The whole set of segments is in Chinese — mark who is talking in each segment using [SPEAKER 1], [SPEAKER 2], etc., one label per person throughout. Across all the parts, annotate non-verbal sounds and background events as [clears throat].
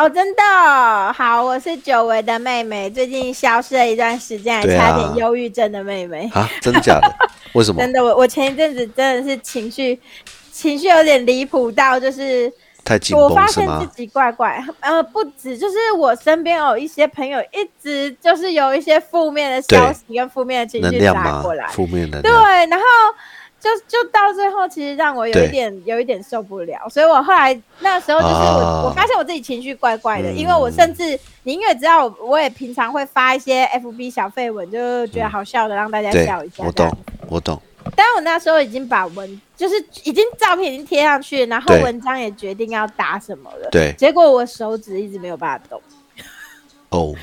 [SPEAKER 1] 哦，真的哦好，我是久违的妹妹，最近消失了一段时间，还
[SPEAKER 2] 对
[SPEAKER 1] 差
[SPEAKER 2] 啊
[SPEAKER 1] 点忧郁症的妹
[SPEAKER 2] [laughs]
[SPEAKER 1] 妹。
[SPEAKER 2] 啊，真的假
[SPEAKER 1] [laughs]
[SPEAKER 2] 的？为什么
[SPEAKER 1] 真？的，我我前一阵子真的是情绪情绪有点离谱到，就是
[SPEAKER 2] 太紧
[SPEAKER 1] 我发
[SPEAKER 2] 绷是
[SPEAKER 1] 现自
[SPEAKER 2] 吗？
[SPEAKER 1] 己怪怪。呃，不止，就是我身边有一些朋友一直就是有一些负面的消息跟负面的情
[SPEAKER 2] 能
[SPEAKER 1] 绪
[SPEAKER 2] 量
[SPEAKER 1] 打
[SPEAKER 2] 吗
[SPEAKER 1] 过来？，
[SPEAKER 2] 负面能
[SPEAKER 1] 对啊
[SPEAKER 2] 量。，
[SPEAKER 1] 然后就就到最后，其实让我有一
[SPEAKER 2] 对
[SPEAKER 1] 点有一点受不了，所以我后来那时候就是我、
[SPEAKER 2] 啊
[SPEAKER 1] 我发现我自己情绪怪怪的，
[SPEAKER 2] 嗯
[SPEAKER 1] 因为我甚至你因为知道我我也平常会发一些 FB 小绯闻，就是觉得好笑的、让大家
[SPEAKER 2] 对
[SPEAKER 1] 笑一下，
[SPEAKER 2] 我懂，我懂。
[SPEAKER 1] 但我那时候已经把文，就是已经照片已经贴上去，然后
[SPEAKER 2] 对
[SPEAKER 1] 文章也决定要打什么了。
[SPEAKER 2] 对
[SPEAKER 1] 结果我手指一直没有办法动，
[SPEAKER 2] 哦，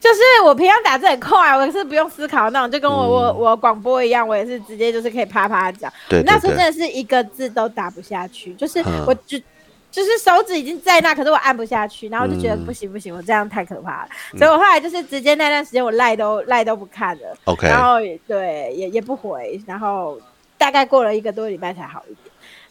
[SPEAKER 1] 就是我平常打字很快，我是不用思考那种，就跟我、我
[SPEAKER 2] 嗯
[SPEAKER 1] 我广播一样，我也是直接就是可以啪啪地讲。
[SPEAKER 2] 对
[SPEAKER 1] 那
[SPEAKER 2] 对
[SPEAKER 1] 时候真
[SPEAKER 2] 对，
[SPEAKER 1] 的是一个字都打不下去，就是
[SPEAKER 2] 嗯
[SPEAKER 1] 我就。就是手指已经在那，可是我按不下去，然后我就觉得
[SPEAKER 2] 嗯
[SPEAKER 1] 不行不行，我这样太可怕了，所以我后来就是直接那段时间我赖都赖都不看了
[SPEAKER 2] OK
[SPEAKER 1] 然后也对也也不回，然后大概过了一个多礼拜才好一点。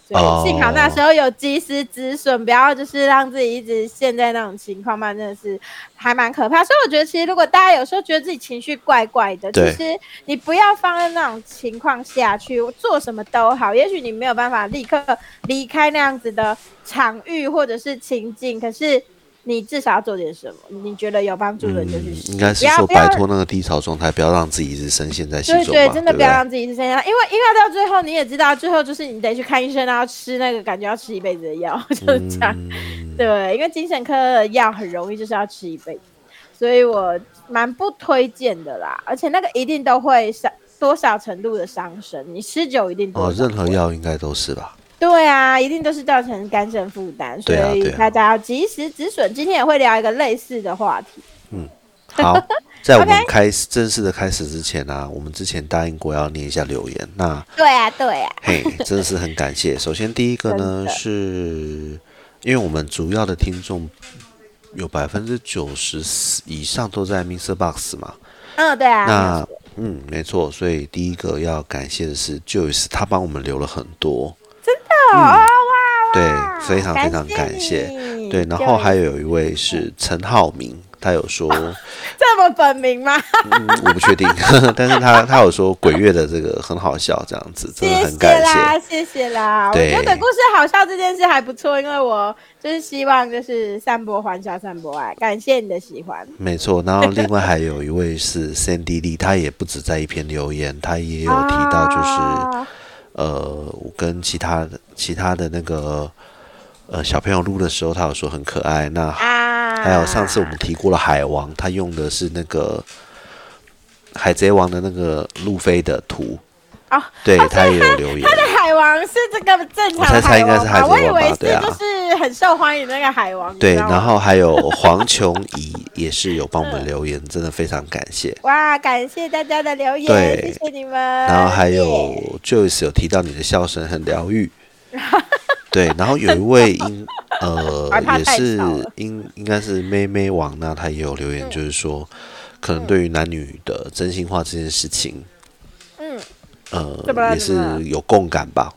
[SPEAKER 1] 所
[SPEAKER 2] 哦
[SPEAKER 1] 以幸好那时候有及时止损，不要就是让自己一直陷在那种情况嘛，真的是还蛮可怕。所以我觉得，其实如果大家有时候觉得自己情绪怪怪的，其
[SPEAKER 2] 对
[SPEAKER 1] 实你不要放在那种情况下去做什么都好。也许你没有办法立刻离开那样子的场域或者是情境，可是你至少要做点什么，你觉得有帮助的
[SPEAKER 2] 嗯
[SPEAKER 1] 就去，试。
[SPEAKER 2] 应该是
[SPEAKER 1] 不要
[SPEAKER 2] 说
[SPEAKER 1] 不要
[SPEAKER 2] 摆脱那个低潮状态，不要让自己一直深陷在其
[SPEAKER 1] 对
[SPEAKER 2] 中嘛，
[SPEAKER 1] 真
[SPEAKER 2] 对
[SPEAKER 1] 的
[SPEAKER 2] 不
[SPEAKER 1] 不要
[SPEAKER 2] 对？
[SPEAKER 1] 让自己是这样，因为因为到最后你也知道，最后就是你得去看医生，然后吃那个感觉要吃一辈子的药， [laughs]
[SPEAKER 2] 嗯
[SPEAKER 1] 就是这样。对，因为精神科的药很容易就是要吃一辈子，所以我蛮不推荐的啦。而且那个一定都会伤多少程度的伤身，你吃久一定多
[SPEAKER 2] 哦，
[SPEAKER 1] 少
[SPEAKER 2] 任何药应该都
[SPEAKER 1] [laughs]
[SPEAKER 2] 是吧？
[SPEAKER 1] 对啊，一定都是造成肝肾负担，所
[SPEAKER 2] 对啊
[SPEAKER 1] 以
[SPEAKER 2] 对啊
[SPEAKER 1] 大家要及时止损。今天也会聊一个类似的话题。
[SPEAKER 2] 好，在我
[SPEAKER 1] OK
[SPEAKER 2] 们开始正式的开始之前啊，我们之前答应过要念一下留言，那
[SPEAKER 1] 对啊，对啊， [laughs]
[SPEAKER 2] 嘿，真的是很感谢。首先第一个
[SPEAKER 1] 真
[SPEAKER 2] 呢
[SPEAKER 1] 的
[SPEAKER 2] 是，因为我们主要的听众有百分之九十以上都在 Mr. Box 嘛，
[SPEAKER 1] 嗯，对啊。
[SPEAKER 2] 那嗯没错，所以第一个要感谢的是 Joyce，他帮我们留了很多，
[SPEAKER 1] 哦哇
[SPEAKER 2] 对
[SPEAKER 1] 哇，
[SPEAKER 2] 非常非常感谢。对，然后还
[SPEAKER 1] 有
[SPEAKER 2] 有一位是陈浩明，他有说，
[SPEAKER 1] 这么本名吗？
[SPEAKER 2] 嗯，我不确定， [laughs] 但是他他有说鬼月的这个很好笑，这样子真的
[SPEAKER 1] 谢
[SPEAKER 2] 嗯很感
[SPEAKER 1] 谢
[SPEAKER 2] 谢。
[SPEAKER 1] 啦，谢谢啦。我
[SPEAKER 2] 对
[SPEAKER 1] 觉得鬼故事好笑这件事还不错，因为我就是希望就是散播欢笑，散播爱。感谢你的喜欢。
[SPEAKER 2] 没错，然后另外还有一位是 Sandy Lee，他也不止在一篇留言，他也有提到就是、
[SPEAKER 1] 啊
[SPEAKER 2] 呃，我跟其他的其他的那个呃小朋友录的时候，他有说很可爱。那
[SPEAKER 1] 啊，
[SPEAKER 2] 还有上次我们提过了海王，他用的是那个海贼王的那个路飞的图，
[SPEAKER 1] 哦，
[SPEAKER 2] 对他也有留言。
[SPEAKER 1] 那海王是这个正常
[SPEAKER 2] 我猜
[SPEAKER 1] 的
[SPEAKER 2] 猜
[SPEAKER 1] 海
[SPEAKER 2] 应该是
[SPEAKER 1] 王
[SPEAKER 2] 海
[SPEAKER 1] 吧？
[SPEAKER 2] 贼王吧
[SPEAKER 1] 我以为是
[SPEAKER 2] 对啊
[SPEAKER 1] 就是很受欢迎的那个海王。你
[SPEAKER 2] 对，
[SPEAKER 1] 知道吗
[SPEAKER 2] 然后还有黄琼怡也是有帮我们留言，真的非常感谢。
[SPEAKER 1] 哇，感谢大家的留言，
[SPEAKER 2] 对
[SPEAKER 1] 谢谢你们。
[SPEAKER 2] 然后还
[SPEAKER 1] 谢谢
[SPEAKER 2] 有 Joyce 有提到你的笑声很疗愈，
[SPEAKER 1] [laughs]
[SPEAKER 2] 对，然后有一位应
[SPEAKER 1] [laughs]
[SPEAKER 2] 呃
[SPEAKER 1] 害怕
[SPEAKER 2] 也
[SPEAKER 1] 太
[SPEAKER 2] 是
[SPEAKER 1] 吵了嗯
[SPEAKER 2] 应应该是妹妹王，那她也有留言，就是说可能对于男女的真心话这件事情，
[SPEAKER 1] 嗯，怎么
[SPEAKER 2] 呃
[SPEAKER 1] 了
[SPEAKER 2] 也
[SPEAKER 1] 怎
[SPEAKER 2] 是
[SPEAKER 1] 么了
[SPEAKER 2] 有共感吧，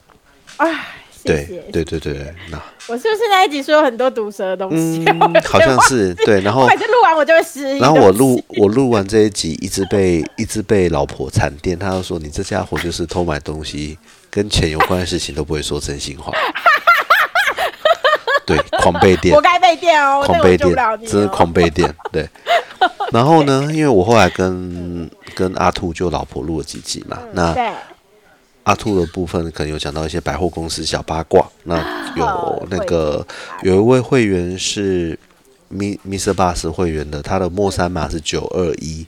[SPEAKER 1] 啊，谢
[SPEAKER 2] 对
[SPEAKER 1] 谢。
[SPEAKER 2] 对对对，对那
[SPEAKER 1] 我是不是那一集说很多毒舌的东西？ [laughs]
[SPEAKER 2] 嗯好像是对，然
[SPEAKER 1] 我
[SPEAKER 2] 后
[SPEAKER 1] 每次录完我就会失忆。
[SPEAKER 2] 然后我录我录完这一集，一直被一直被老婆惨电，她就说你这家伙就是偷买东西，跟钱有关的事情都不会说真心话。
[SPEAKER 1] [laughs]
[SPEAKER 2] 对，狂被电
[SPEAKER 1] 我，该被电哦，我
[SPEAKER 2] 狂
[SPEAKER 1] 我
[SPEAKER 2] 被
[SPEAKER 1] 救
[SPEAKER 2] 电
[SPEAKER 1] 不了你、哦，。
[SPEAKER 2] 真的狂被电。对，然后呢，因为我后来跟跟阿兔就老婆录了几集嘛，那
[SPEAKER 1] 对，
[SPEAKER 2] 阿兔的部分可能有讲到一些百货公司小八卦，那有那个
[SPEAKER 1] 啊会
[SPEAKER 2] 有一位会员是 Mi Mr. Bus 会员的，他的末三码是九二一，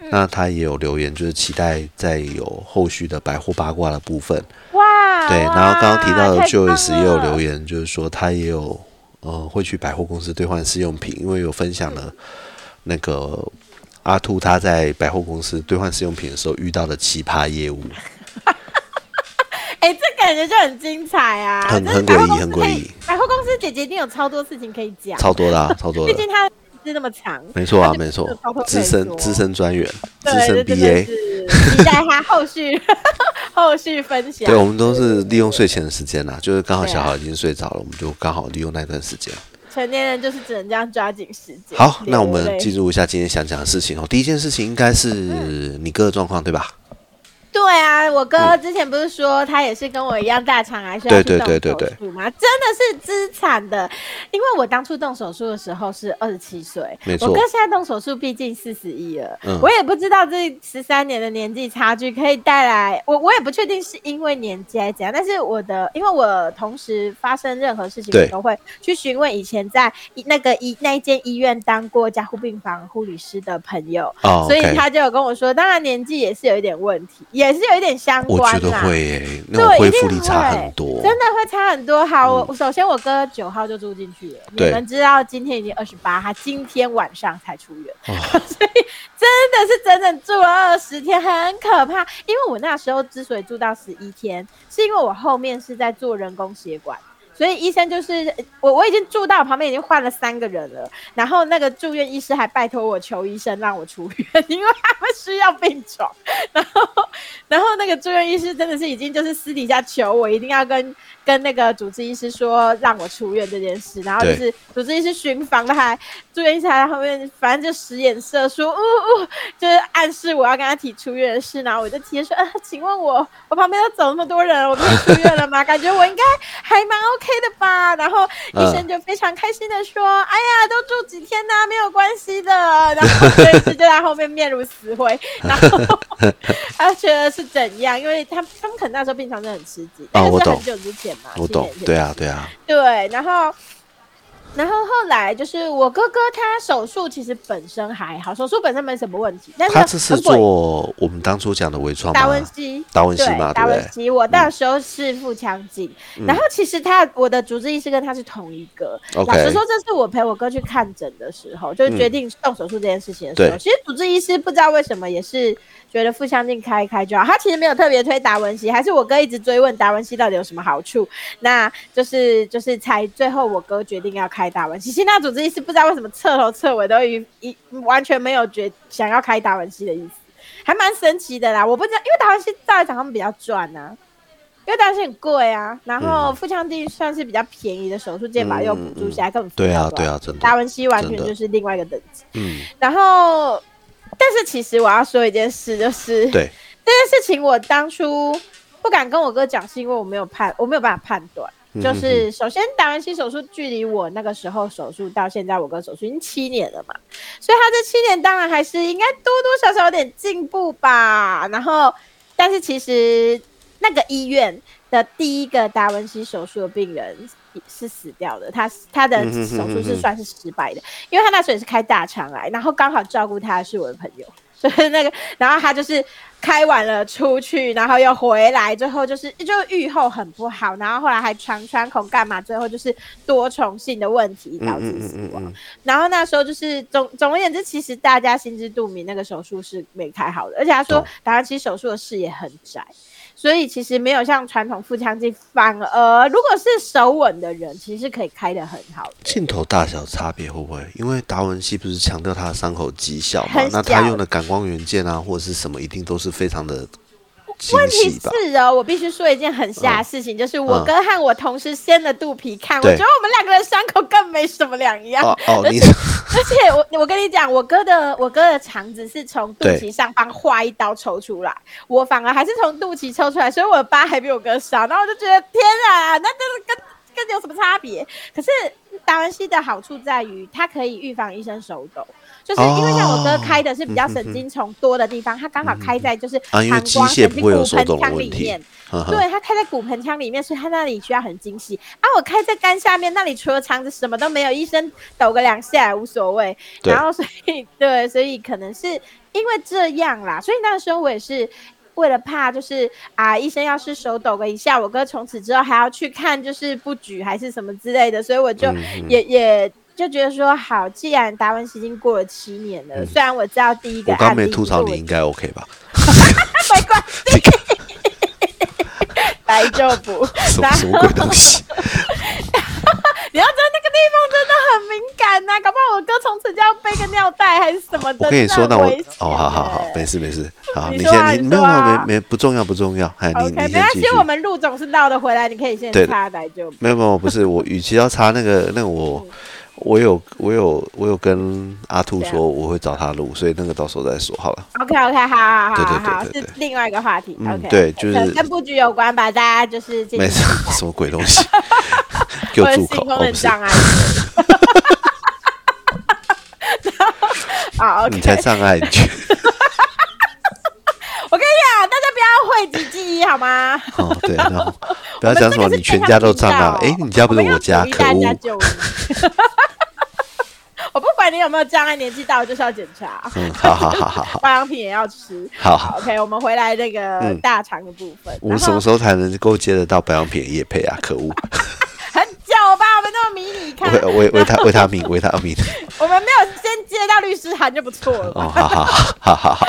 [SPEAKER 1] 嗯
[SPEAKER 2] 那他也有留言，就是期待再有后续的百货八卦的部分。
[SPEAKER 1] 哇，
[SPEAKER 2] 对，然后刚刚提到的 Joyce 也有留
[SPEAKER 1] 言，
[SPEAKER 2] 言，就是说他也有呃会去百货公司兑换试用品，因为有分享
[SPEAKER 1] 嗯
[SPEAKER 2] 了那个阿兔他在百货公司兑换试用品的时候遇到的奇葩业务。
[SPEAKER 1] 哎、这感觉就很精彩啊，
[SPEAKER 2] 很
[SPEAKER 1] 真的
[SPEAKER 2] 很诡异
[SPEAKER 1] 百货公司可
[SPEAKER 2] 很
[SPEAKER 1] 以
[SPEAKER 2] 诡异。
[SPEAKER 1] 百货公司姐姐一定有超多事情可以讲，
[SPEAKER 2] 超多的、啊，超多
[SPEAKER 1] 毕
[SPEAKER 2] 的，
[SPEAKER 1] 竟她是那么长，
[SPEAKER 2] 没错啊，
[SPEAKER 1] 她就
[SPEAKER 2] 没错
[SPEAKER 1] 是超多，可以
[SPEAKER 2] 资
[SPEAKER 1] 说
[SPEAKER 2] 深资深专员，资
[SPEAKER 1] 对，
[SPEAKER 2] 深
[SPEAKER 1] 这真的
[SPEAKER 2] BA，
[SPEAKER 1] 是期待她后续 [laughs] 后续分享。
[SPEAKER 2] 对，我们都是利用睡前的时间啦，就是刚好
[SPEAKER 1] 对啊
[SPEAKER 2] 小孩已经睡着了，我们就刚好利用那段时间。
[SPEAKER 1] 成年人就是只能这样抓紧时间。
[SPEAKER 2] 好，
[SPEAKER 1] 对
[SPEAKER 2] 那我
[SPEAKER 1] 对
[SPEAKER 2] 们进入一下今天想讲的事情哦。第一件事情应该是
[SPEAKER 1] 嗯
[SPEAKER 2] 你哥的状况对吧？
[SPEAKER 1] 对啊，我哥之前不是说他也是跟我一样大肠癌，需要
[SPEAKER 2] 嗯对
[SPEAKER 1] 去
[SPEAKER 2] 对
[SPEAKER 1] 动
[SPEAKER 2] 对对
[SPEAKER 1] 手
[SPEAKER 2] 对
[SPEAKER 1] 术吗？真的是资产的，因为我当初动手术的时候是二十七岁，
[SPEAKER 2] 没错
[SPEAKER 1] 我哥现在动手术毕竟四十一了，
[SPEAKER 2] 嗯
[SPEAKER 1] 我也不知道这十三年的年纪差距可以带来，我我也不确定是因为年纪还是怎样，但是我的因为我同时发生任何事情，
[SPEAKER 2] 对
[SPEAKER 1] 我都会去询问以前在医那个医那一间医院当过加护病房护理师的朋友，
[SPEAKER 2] 哦
[SPEAKER 1] 所以
[SPEAKER 2] ，OK，
[SPEAKER 1] 他就有跟我说，当然年纪也是有一点问题，也是有一点相
[SPEAKER 2] 我
[SPEAKER 1] 关
[SPEAKER 2] 觉得
[SPEAKER 1] 啦
[SPEAKER 2] 会耶，那种
[SPEAKER 1] 对，
[SPEAKER 2] 恢
[SPEAKER 1] 一定
[SPEAKER 2] 复力差
[SPEAKER 1] 会
[SPEAKER 2] 很多。嗯
[SPEAKER 1] 真的会差很多。好，我、首先我哥九号就住进去了，你
[SPEAKER 2] 对
[SPEAKER 1] 们知道今天已经二十八，他今天晚上才出院，
[SPEAKER 2] 哦
[SPEAKER 1] [laughs] 所以真的是整整住了二十天，很可怕。因为我那时候之所以住到十一天，是因为我后面是在做人工血管。所以医生就是我，我已经住到旁边已经换了三个人了，然后那个住院医师还拜托我求医生让我出院，因为他们需要病床。然后，然后那个住院医师真的是已经就是私底下求我一定要跟跟那个主治医师说让我出院这件事，然后就
[SPEAKER 2] 对
[SPEAKER 1] 是主治医师巡房，他还住院医师还在后面，反正就使眼色说呜呜，就是暗示我要跟他提出院的事，然后我就提了说，啊，请问我我旁边都走那么多人，我没有出院了吗？ [laughs] 感觉我应该还蛮 OK 的吧？然后医生就非常开心的说，哎呀，都住几天呐、没有关系的。 [laughs] 然后主治医师就在后面面如死灰，然后他啊觉得是怎样？因为他们他们可能那时候病床真的很吃紧，
[SPEAKER 2] 啊
[SPEAKER 1] 那
[SPEAKER 2] 我
[SPEAKER 1] 个是
[SPEAKER 2] 懂
[SPEAKER 1] 很久之前嘛，
[SPEAKER 2] 我
[SPEAKER 1] 七
[SPEAKER 2] 懂
[SPEAKER 1] 年，前
[SPEAKER 2] 对啊，对啊，
[SPEAKER 1] 对，然后。然后后来就是我哥哥，他手术其实本身还好，手术本身没什么问题。但是
[SPEAKER 2] 他这次
[SPEAKER 1] 如果
[SPEAKER 2] 做我们当初讲的微创
[SPEAKER 1] 达文
[SPEAKER 2] 吗？
[SPEAKER 1] 西，
[SPEAKER 2] 达文西
[SPEAKER 1] 对
[SPEAKER 2] 嘛，对
[SPEAKER 1] 达
[SPEAKER 2] 不
[SPEAKER 1] 文
[SPEAKER 2] 对？嗯
[SPEAKER 1] 西，我那时候是腹腔镜，然后其实他我的主治医师跟他是同一个。
[SPEAKER 2] OK 嗯
[SPEAKER 1] 老实说，这是我陪我哥去看诊的时候，就是决定动手术这件事情的时候，
[SPEAKER 2] 对
[SPEAKER 1] 其实主治医师不知道为什么也是觉得腹腔镜开一开就好，他其实没有特别推达文西，还是我哥一直追问达文西到底有什么好处，那就是就是才最后我哥决定要开达文西。其实那主治医师不知道为什么彻头彻尾都一一完全没有觉想要开达文西的意思。还蛮神奇的啦。我不知道，因为达文西照来讲他们比较赚呐、因为达文西很贵啊，然后腹腔镜算是比较便宜的手术，健保又补助下来更
[SPEAKER 2] 嗯对啊，对。啊，真
[SPEAKER 1] 达
[SPEAKER 2] 的，
[SPEAKER 1] 文西完全
[SPEAKER 2] 真的
[SPEAKER 1] 就是另外一个等级。
[SPEAKER 2] 嗯，
[SPEAKER 1] 然后，但是其实我要说一件事，就是
[SPEAKER 2] 对，
[SPEAKER 1] 这件事情我当初不敢跟我哥讲，是因为我没有判，我没有办法判断。
[SPEAKER 2] 嗯
[SPEAKER 1] 就是首先，达文西手术距离我那个时候手术到现在，我哥手术已经七年了嘛，所以他这七年当然还是应该多多少少有点进步吧。然后，但是其实那个医院的第一个达文西手术的病人是死掉的，他他的
[SPEAKER 2] 嗯哼哼
[SPEAKER 1] 手术
[SPEAKER 2] 哼
[SPEAKER 1] 是
[SPEAKER 2] 哼
[SPEAKER 1] 算是失败的，因为他那时候也是开大肠癌，然后刚好照顾他的是我的朋友，所以那个，然后他就是开完了出去，然后又回来，最后就是就愈后很不好，然后后来还肠穿孔干嘛，最后就是多重性的问题
[SPEAKER 2] 嗯
[SPEAKER 1] 导
[SPEAKER 2] 嗯
[SPEAKER 1] 致
[SPEAKER 2] 嗯
[SPEAKER 1] 死
[SPEAKER 2] 嗯
[SPEAKER 1] 亡。
[SPEAKER 2] 嗯，
[SPEAKER 1] 然后那时候就是总总而言之，其实大家心知肚明，那个手术是没开好的，而且他说
[SPEAKER 2] 懂
[SPEAKER 1] 达文西手术的视野很窄，所以其实没有像传统腹腔镜，反而如果是手稳的人，其实是可以开的很好的。
[SPEAKER 2] 镜头大小差别会不会？因为达文西不是强调他的伤口极小嘛
[SPEAKER 1] 很，
[SPEAKER 2] 那他
[SPEAKER 1] 小
[SPEAKER 2] 用的感光元件啊，或者是什么，一定都是非常的精
[SPEAKER 1] 问题
[SPEAKER 2] 细吧？嗯
[SPEAKER 1] 是哦，我必须说一件很瞎的事情，就是我哥和我同事掀了肚皮看，我
[SPEAKER 2] 对
[SPEAKER 1] 觉得我们两个人伤口更没什么两样。
[SPEAKER 2] 哦哦，你
[SPEAKER 1] 而且我 [laughs] 我跟你讲，我哥的我哥的肠子是从肚
[SPEAKER 2] 对
[SPEAKER 1] 脐上方划一刀抽出来，我反而还是从肚脐抽出来，所以我的疤还比我哥少。然后我就觉得天啊，那这个跟跟有什么差别？可是达文西的好处在于，它可以预防医生手抖，就是因为像我哥
[SPEAKER 2] 哦
[SPEAKER 1] 开的是比较
[SPEAKER 2] 嗯哼
[SPEAKER 1] 神
[SPEAKER 2] 哼
[SPEAKER 1] 经丛多的地方，他刚好开在就是
[SPEAKER 2] 啊因为
[SPEAKER 1] 膀
[SPEAKER 2] 机
[SPEAKER 1] 胱
[SPEAKER 2] 械
[SPEAKER 1] 神
[SPEAKER 2] 不
[SPEAKER 1] 经
[SPEAKER 2] 会有
[SPEAKER 1] 骨
[SPEAKER 2] 手
[SPEAKER 1] 盆
[SPEAKER 2] 抖
[SPEAKER 1] 腔
[SPEAKER 2] 问
[SPEAKER 1] 里
[SPEAKER 2] 题嗯
[SPEAKER 1] 面。
[SPEAKER 2] 呵呵
[SPEAKER 1] 对，它开在骨盆腔里面，所以它那里需要很精细。啊，我开在肝下面，那里除了肠子什么都没有，医生抖个两下也无所谓。
[SPEAKER 2] 对
[SPEAKER 1] 然后所以对，所以可能是因为这样啦，所以那时候我也是。为了怕就是啊，医生要是手抖个一下，我哥从此之后还要去看就是布局还是什么之类的，所以我就
[SPEAKER 2] 嗯嗯
[SPEAKER 1] 也、也就觉得说好，既然达文西已经过了七年了，虽然我知道第一个
[SPEAKER 2] 嗯我
[SPEAKER 1] 案
[SPEAKER 2] 刚
[SPEAKER 1] 例
[SPEAKER 2] 没吐槽你，
[SPEAKER 1] 是我啊
[SPEAKER 2] 应
[SPEAKER 1] [laughs]
[SPEAKER 2] 该 OK 吧？
[SPEAKER 1] 没
[SPEAKER 2] [laughs]
[SPEAKER 1] 关系，白就补。
[SPEAKER 2] 什么
[SPEAKER 1] 然后
[SPEAKER 2] 什么鬼东西？
[SPEAKER 1] 你要知道那个地方真的很敏感呐、搞不好我哥从此就要背个尿袋还是什么的。
[SPEAKER 2] 我跟你说，
[SPEAKER 1] 真
[SPEAKER 2] 那
[SPEAKER 1] 的
[SPEAKER 2] 我
[SPEAKER 1] 很危险
[SPEAKER 2] 哦，好好好，没事没事，好，
[SPEAKER 1] 你
[SPEAKER 2] 你
[SPEAKER 1] 说啊
[SPEAKER 2] 先，你
[SPEAKER 1] 你
[SPEAKER 2] 没有
[SPEAKER 1] 说啊
[SPEAKER 2] 没没不重要不重要，哎，你
[SPEAKER 1] OK，
[SPEAKER 2] 你
[SPEAKER 1] 没
[SPEAKER 2] 先
[SPEAKER 1] 关
[SPEAKER 2] 继
[SPEAKER 1] 系
[SPEAKER 2] 续，。
[SPEAKER 1] 我们路总是绕得回来，你可以先
[SPEAKER 2] 对的
[SPEAKER 1] 插白就补。
[SPEAKER 2] 没有没有，不是我，与其要插那个那个我，我有我有我有跟阿兔
[SPEAKER 1] 对啊
[SPEAKER 2] 说我会找他录，所以那个到时候再说好了。
[SPEAKER 1] OK OK，好好好
[SPEAKER 2] 对
[SPEAKER 1] 好
[SPEAKER 2] 对
[SPEAKER 1] 好，
[SPEAKER 2] 对对
[SPEAKER 1] 是
[SPEAKER 2] 对
[SPEAKER 1] 另外一个话题。
[SPEAKER 2] 嗯
[SPEAKER 1] OK，
[SPEAKER 2] 对就是
[SPEAKER 1] 可能跟布局有关吧，大家就是进
[SPEAKER 2] 没
[SPEAKER 1] 行
[SPEAKER 2] 事，
[SPEAKER 1] [laughs]
[SPEAKER 2] 什么鬼东西？给
[SPEAKER 1] 或
[SPEAKER 2] 我
[SPEAKER 1] 者
[SPEAKER 2] 住
[SPEAKER 1] 性
[SPEAKER 2] 口！
[SPEAKER 1] 功
[SPEAKER 2] 哦，
[SPEAKER 1] 能
[SPEAKER 2] 不是，
[SPEAKER 1] 障
[SPEAKER 2] [laughs]
[SPEAKER 1] 碍之 [laughs] 类的。然后好
[SPEAKER 2] 你
[SPEAKER 1] OK，
[SPEAKER 2] 才障碍，你去
[SPEAKER 1] 我跟你讲，大家不要讳疾忌医好吗？
[SPEAKER 2] 哦，
[SPEAKER 1] [laughs]
[SPEAKER 2] 对，然后不要讲什么你全家都障
[SPEAKER 1] 哦
[SPEAKER 2] 碍，哎，你家不是我家，可
[SPEAKER 1] 大家
[SPEAKER 2] 恶！
[SPEAKER 1] 救命！ [laughs] 我不管你有没有障碍，年纪到了就是要检查，
[SPEAKER 2] 嗯，好好好好好
[SPEAKER 1] 保养品也要吃。
[SPEAKER 2] 好
[SPEAKER 1] 好
[SPEAKER 2] 好，
[SPEAKER 1] OK，我们回来那个
[SPEAKER 2] 嗯
[SPEAKER 1] 大肠的部分。
[SPEAKER 2] 我
[SPEAKER 1] [laughs]
[SPEAKER 2] 们
[SPEAKER 1] 然
[SPEAKER 2] 什
[SPEAKER 1] 后
[SPEAKER 2] 么时候才能够接得到保养品的业配啊？可
[SPEAKER 1] [laughs]
[SPEAKER 2] 恶！
[SPEAKER 1] 很久吧？我们那么迷你看，
[SPEAKER 2] 维维维他维他命维他命
[SPEAKER 1] 我们没有先接到律师函就不错了吧。
[SPEAKER 2] 哦，好好好好好，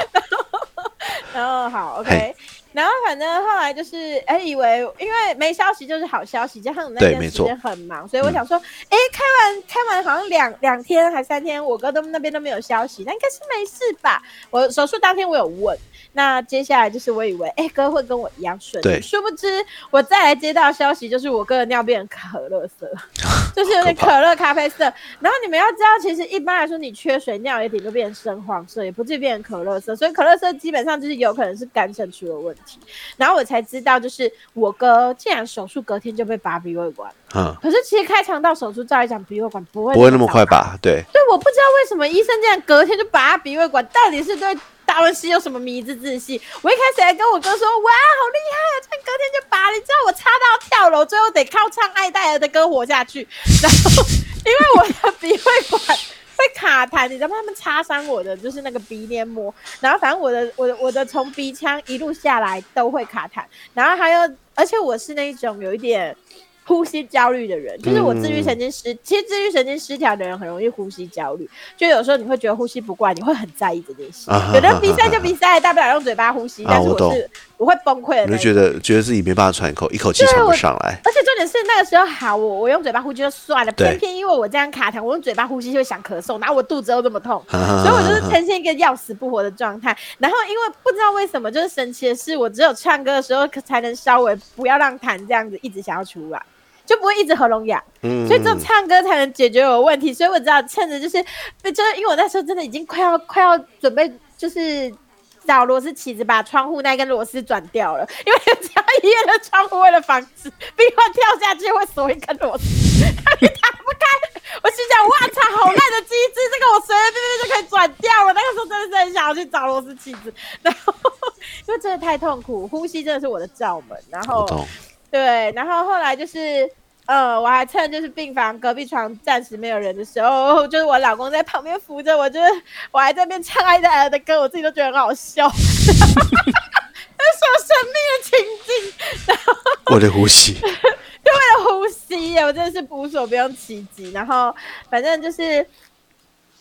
[SPEAKER 1] 然后哦好，OK
[SPEAKER 2] 嘿。
[SPEAKER 1] 然后反正后来就是，哎，以为因为没消息就是好消息，加上我那
[SPEAKER 2] 对
[SPEAKER 1] 段
[SPEAKER 2] 没
[SPEAKER 1] 时
[SPEAKER 2] 错嗯
[SPEAKER 1] 间很忙，所以我想说，哎、开完开完好像两两天还三天，我哥都那边都没有消息，那应该是没事吧？我手术当天我有问，那接下来就是我以为，哎，哥会跟我一样顺利，
[SPEAKER 2] 对
[SPEAKER 1] 殊不知我再来接到消息，就是我哥的尿变成可乐色，就是有点
[SPEAKER 2] 好可
[SPEAKER 1] 可乐咖啡色。然后你们要知道，其实一般来说，你缺水，尿液体就变成深黄色，也不至于变成可乐色。所以可乐色基本上就是有可能是肝肾出了问题。然后我才知道，就是我哥竟然手术隔天就被拔鼻胃管， [laughs]
[SPEAKER 2] 嗯，
[SPEAKER 1] 可是其实开肠道手术照理讲鼻胃管不会
[SPEAKER 2] 不会那么
[SPEAKER 1] 早
[SPEAKER 2] 快吧？对，
[SPEAKER 1] 对，我不知道为什么医生竟然隔天就拔他鼻胃管，到底是对达文西有什么迷之自信？我一开始还跟我哥说，哇，好厉害啊，这样隔天就拔了，你知道我差到跳楼，最后得靠唱艾黛儿的歌活下去。然后因为我的鼻胃管。会卡痰，你知道吗？他们擦伤我的就是那个鼻黏膜，然后反正我的我的我的从鼻腔一路下来都会卡痰，然后还有，而且我是那一种有一点呼吸焦虑的人，就是我自
[SPEAKER 2] 嗯
[SPEAKER 1] 律神经失，其实自律神经失调的人很容易呼吸焦虑，就有时候你会觉得呼吸不惯，你会很在意这件事。
[SPEAKER 2] 啊哈
[SPEAKER 1] 有的人鼻塞就鼻塞，大不了用嘴巴呼吸，
[SPEAKER 2] 啊
[SPEAKER 1] 但是
[SPEAKER 2] 我懂
[SPEAKER 1] 我是我会崩溃的
[SPEAKER 2] 你
[SPEAKER 1] 那
[SPEAKER 2] 就
[SPEAKER 1] 一种
[SPEAKER 2] 觉得觉得自己没办法喘一口，一口气
[SPEAKER 1] 对
[SPEAKER 2] 喘不
[SPEAKER 1] 我
[SPEAKER 2] 上来，
[SPEAKER 1] 而且重点是那个时候好，我我用嘴巴呼吸就算了，
[SPEAKER 2] 对
[SPEAKER 1] 偏偏因为我这样卡痰，我用嘴巴呼吸就会想咳嗽，然后我肚子又这么痛，
[SPEAKER 2] 啊
[SPEAKER 1] 所以我就是呈现一个要死不活的状态。然后因为不知道为什么，就是神奇的是，我只有唱歌的时候可才能稍微不要让痰这样子一直想要出来，就不会一直喉咙痒。
[SPEAKER 2] 嗯
[SPEAKER 1] 所以只有唱歌才能解决我的问题。所以我知道趁着就是，就是因为我那时候真的已经快要快要准备就是。找螺丝起子把窗户那根螺丝转掉了，因为只要医院的窗户为了防止病患跳下去会锁一根螺丝，它就打不开。我心想，哇操，好烂的机制，这个我随随便便就可以转掉了。那个时候真的是很想要去找螺丝起子，然后 [laughs] 因为真的太痛苦，呼吸真的是我的罩门。然后
[SPEAKER 2] 我
[SPEAKER 1] [laughs]
[SPEAKER 2] 懂，
[SPEAKER 1] 对，然后后来就是，呃，我还趁就是病房隔壁床暂时没有人的时候，就是我老公在旁边扶着我，就是我还在那边唱艾黛儿的歌，我自己都觉得很好笑， [laughs] 这是我生命的情境，
[SPEAKER 2] 我的呼吸，
[SPEAKER 1] 就为了呼吸耶，我真的是无所不用其极。然后反正就是。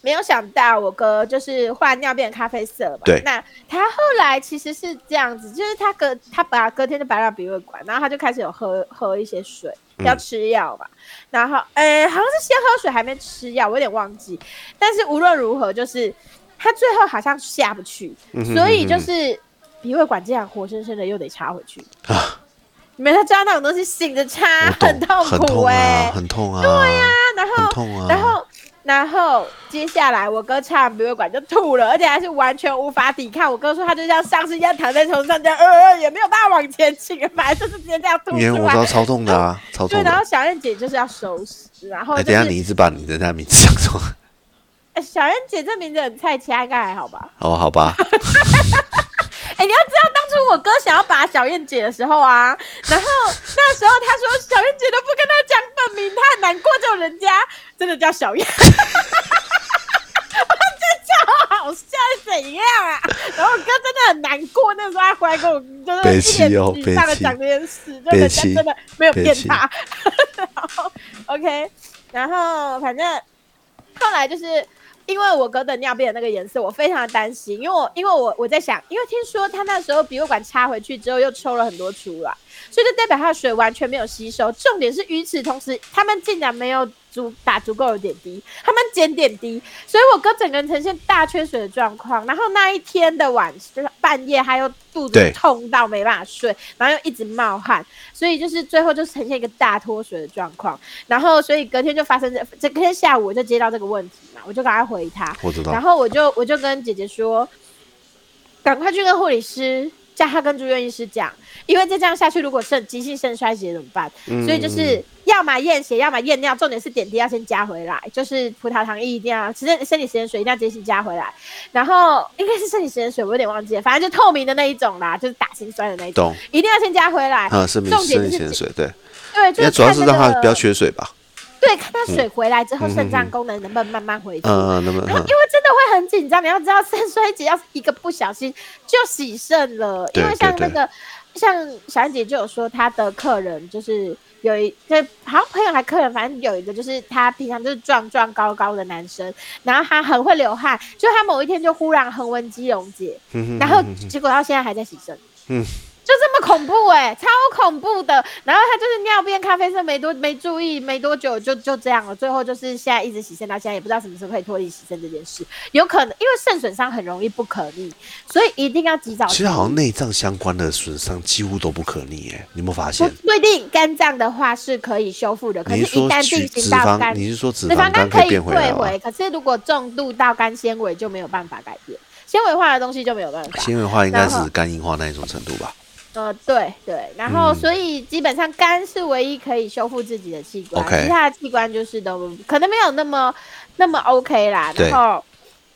[SPEAKER 1] 没有想到我哥就是换尿变咖啡色嘛，
[SPEAKER 2] 对
[SPEAKER 1] 那他后来其实是这样子，就是他隔他把隔天就拔到鼻胃管，然后他就开始有喝喝一些水，要
[SPEAKER 2] 嗯
[SPEAKER 1] 吃药嘛，然后呃好像是先喝水还没吃药，我有点忘记。但是无论如何，就是他最后好像下不去，
[SPEAKER 2] 嗯哼
[SPEAKER 1] 所以就
[SPEAKER 2] 嗯哼
[SPEAKER 1] 是鼻胃管竟然活生生的又得插回去。
[SPEAKER 2] 啊
[SPEAKER 1] 你们知道那种东西醒着插
[SPEAKER 2] 我懂，
[SPEAKER 1] 啊痛
[SPEAKER 2] 很
[SPEAKER 1] 苦
[SPEAKER 2] 痛
[SPEAKER 1] 哎、
[SPEAKER 2] 啊，很痛啊，对呀，
[SPEAKER 1] 那然后
[SPEAKER 2] 很痛啊，
[SPEAKER 1] 然后，然后接下来我哥插完鼻胃管就吐了，而且还是完全无法抵抗。我哥说他就像丧尸一样躺在床上，这样呃呃也没有办法往前倾，反正就是直接这 [laughs] 样吐
[SPEAKER 2] 因为
[SPEAKER 1] 出
[SPEAKER 2] 我知道
[SPEAKER 1] 来。
[SPEAKER 2] 超痛的啊，超
[SPEAKER 1] 对，
[SPEAKER 2] 痛的
[SPEAKER 1] 然后。小燕姐就是要收拾，然后
[SPEAKER 2] 哎，
[SPEAKER 1] 就是、
[SPEAKER 2] 等一下你一直把你的那名字讲错，
[SPEAKER 1] 哎小燕姐这名字很菜其他应该还好吧？
[SPEAKER 2] 哦，
[SPEAKER 1] [laughs]
[SPEAKER 2] 好吧，
[SPEAKER 1] 哎、你要知道，当初我哥想要把小燕姐的时候啊，然后那时候他说小燕姐都不跟他讲本名，他很难过，就人家真的叫小燕。 [laughs] 我这超好笑，怎样啊？然后我哥真的很难过，那时候他回来跟我就是
[SPEAKER 2] 北
[SPEAKER 1] 一脸
[SPEAKER 2] 七哦
[SPEAKER 1] 沮丧的
[SPEAKER 2] 北七
[SPEAKER 1] 讲这件事，就人
[SPEAKER 2] 北
[SPEAKER 1] 家
[SPEAKER 2] 七
[SPEAKER 1] 真的没有
[SPEAKER 2] 北
[SPEAKER 1] 骗
[SPEAKER 2] 七
[SPEAKER 1] 他。 [laughs] 然后 OK，然后反正后来就是因为我哥的尿变的那个颜色，我非常的担心，因为我因为我我在想，因为听说他那时候鼻胃管插回去之后又抽了很多出来，所以就代表他的水完全没有吸收。重点是与此同时，他们竟然没有足打足够的点滴，他们捡点滴，所以我哥整个人呈现大缺水的状况。然后那一天的晚，就是半夜他又肚
[SPEAKER 2] 对
[SPEAKER 1] 子痛到没办法睡，然后又一直冒汗，所以就是最后就是呈现一个大脱水的状况。然后所以隔天就发生这，这天下午我就接到这个问题嘛，我就赶快回他，
[SPEAKER 2] 我知
[SPEAKER 1] 然
[SPEAKER 2] 道，
[SPEAKER 1] 后我就我就跟姐姐说，赶快去跟护理师。叫他跟住院医师讲，因为再这样下去，如果肾急性肾衰竭怎么办？
[SPEAKER 2] 嗯
[SPEAKER 1] 所以就是要么验血，要么验尿，重点是点滴要先加回来，就是葡萄糖液一定要，其实生理食盐水一定要坚持加回来，然后应该是生理食盐水，我有点忘记了，反正就透明的那一种啦，就是打心酸的那一种，
[SPEAKER 2] 懂
[SPEAKER 1] 一定要先加回来。
[SPEAKER 2] 啊，是明
[SPEAKER 1] 重点
[SPEAKER 2] 生理
[SPEAKER 1] 就是
[SPEAKER 2] 咸水，对，
[SPEAKER 1] 对，就
[SPEAKER 2] 因为
[SPEAKER 1] 是
[SPEAKER 2] 主要是
[SPEAKER 1] 看
[SPEAKER 2] 让
[SPEAKER 1] 那
[SPEAKER 2] 它
[SPEAKER 1] 个
[SPEAKER 2] 不要缺水吧，
[SPEAKER 1] 对，看它水回来之后，
[SPEAKER 2] 嗯
[SPEAKER 1] 肾
[SPEAKER 2] 嗯
[SPEAKER 1] 脏功能能不能慢慢恢复。
[SPEAKER 2] 嗯，那么
[SPEAKER 1] 然后
[SPEAKER 2] 嗯
[SPEAKER 1] 因为真的会很紧张，你要知道肾衰竭，要是一个不小心就洗肾了。
[SPEAKER 2] 对
[SPEAKER 1] 因为像
[SPEAKER 2] 对
[SPEAKER 1] 那个，像小安姐就有说，她的客人就是有一，就好像朋友还客人，反正有一个就是他平常就是壮壮高高的男生，然后他很会流汗，就他某一天就忽然横纹肌溶解，
[SPEAKER 2] 嗯，
[SPEAKER 1] 然后
[SPEAKER 2] 嗯嗯
[SPEAKER 1] 结果到现在还在洗肾。
[SPEAKER 2] 嗯
[SPEAKER 1] 就这么恐怖哎、超恐怖的。然后他就是尿变咖啡色，没多没注意，没多久就就这样了。最后就是现在一直洗肾，到现在也不知道什么时候可以脱离洗肾这件事。有可能因为肾损伤很容易不可逆，所以一定要及早。
[SPEAKER 2] 其实好像内脏相关的损伤几乎都不可逆，哎，你有没有发
[SPEAKER 1] 不
[SPEAKER 2] 现？
[SPEAKER 1] 不一定，肝脏的话是可以修复的，可是
[SPEAKER 2] 你是
[SPEAKER 1] 一
[SPEAKER 2] 说
[SPEAKER 1] 旦
[SPEAKER 2] 脂
[SPEAKER 1] 进
[SPEAKER 2] 脂
[SPEAKER 1] 行到
[SPEAKER 2] 肪？
[SPEAKER 1] 肝，
[SPEAKER 2] 你是说脂
[SPEAKER 1] 脂肪
[SPEAKER 2] 肪
[SPEAKER 1] 肝
[SPEAKER 2] 可以
[SPEAKER 1] 以
[SPEAKER 2] 变回来啊
[SPEAKER 1] 退
[SPEAKER 2] 吗？
[SPEAKER 1] 回，可是如果重度到肝纤维就没有办法改变，纤维化的东西就没有办法。
[SPEAKER 2] 纤维化应该
[SPEAKER 1] 然
[SPEAKER 2] 是
[SPEAKER 1] 后
[SPEAKER 2] 肝硬化那一种程度吧？
[SPEAKER 1] 呃，对对，然后
[SPEAKER 2] 嗯
[SPEAKER 1] 所以基本上肝是唯一可以修复自己的器官
[SPEAKER 2] OK
[SPEAKER 1] 其他的器官就是都可能没有那么那么 OK 啦。
[SPEAKER 2] 对
[SPEAKER 1] 然后，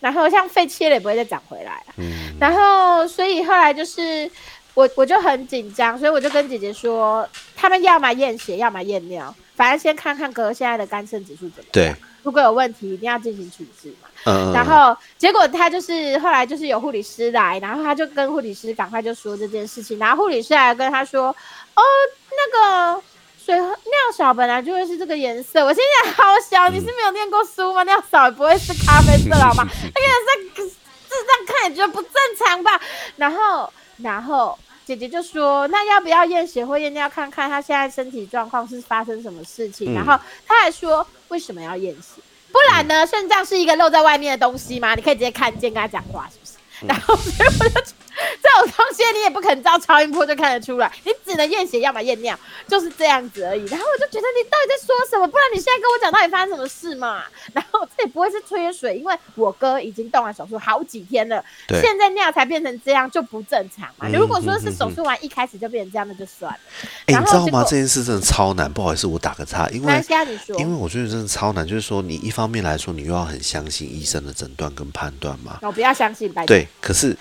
[SPEAKER 1] 然后像肺切了也不会再长回来啊。
[SPEAKER 2] 嗯，
[SPEAKER 1] 然后，所以后来就是我我就很紧张，所以我就跟姐姐说，他们要么验血，要么验尿，反正先看看哥现在的肝肾指数怎么样。
[SPEAKER 2] 对，
[SPEAKER 1] 如果有问题，一定要进行处置嘛。
[SPEAKER 2] 嗯，
[SPEAKER 1] 然
[SPEAKER 2] 嗯
[SPEAKER 1] 后结果他就是后来就是有护理师来，然后他就跟护理师赶快就说哦这件事情，然后护理师还跟他说，哦，那个水喝尿少本来就会是这个颜色，我心想好小，你是没有念过书吗？尿少也不会是咖啡色好吗？
[SPEAKER 2] [laughs]
[SPEAKER 1] 那个颜色这样看也觉得不正常吧？然后然后。姐姐就说：“那要不要验血或验尿看看他现在身体状况是发生什么事情？”
[SPEAKER 2] 嗯
[SPEAKER 1] 然后他还说：“为什么要验血？不然呢？肾脏是一个露在外面的东西吗？你可以直接看见跟他讲话，是不是？
[SPEAKER 2] 嗯
[SPEAKER 1] 然后所以我就这种东西你也不可能照超音波就看得出来，你只能验血，要么验尿，就是这样子而已。然后我就觉得你到底在说什么？不然你现在跟我讲到底发生什么事
[SPEAKER 2] [laughs]
[SPEAKER 1] 嘛？然后这也不会是缺水，因为我哥已经动完手术好几天了，
[SPEAKER 2] 对
[SPEAKER 1] 现在尿才变成这样就不正常嘛。
[SPEAKER 2] 嗯
[SPEAKER 1] 如果说是
[SPEAKER 2] 嗯
[SPEAKER 1] 手术完一开始就变成这样，那就算了。
[SPEAKER 2] 哎、
[SPEAKER 1] 然
[SPEAKER 2] 你
[SPEAKER 1] 后
[SPEAKER 2] 知道
[SPEAKER 1] 结
[SPEAKER 2] 吗？
[SPEAKER 1] 果
[SPEAKER 2] 这件事真的超难，不好意思，我打个岔，因
[SPEAKER 1] 那
[SPEAKER 2] 为
[SPEAKER 1] 现在你说，
[SPEAKER 2] 因为我觉得真的超难，就是说你一方面来说，你又要很相信医生的诊断跟判断嘛，
[SPEAKER 1] 我不要相信白
[SPEAKER 2] 对，
[SPEAKER 1] [laughs]
[SPEAKER 2] 可是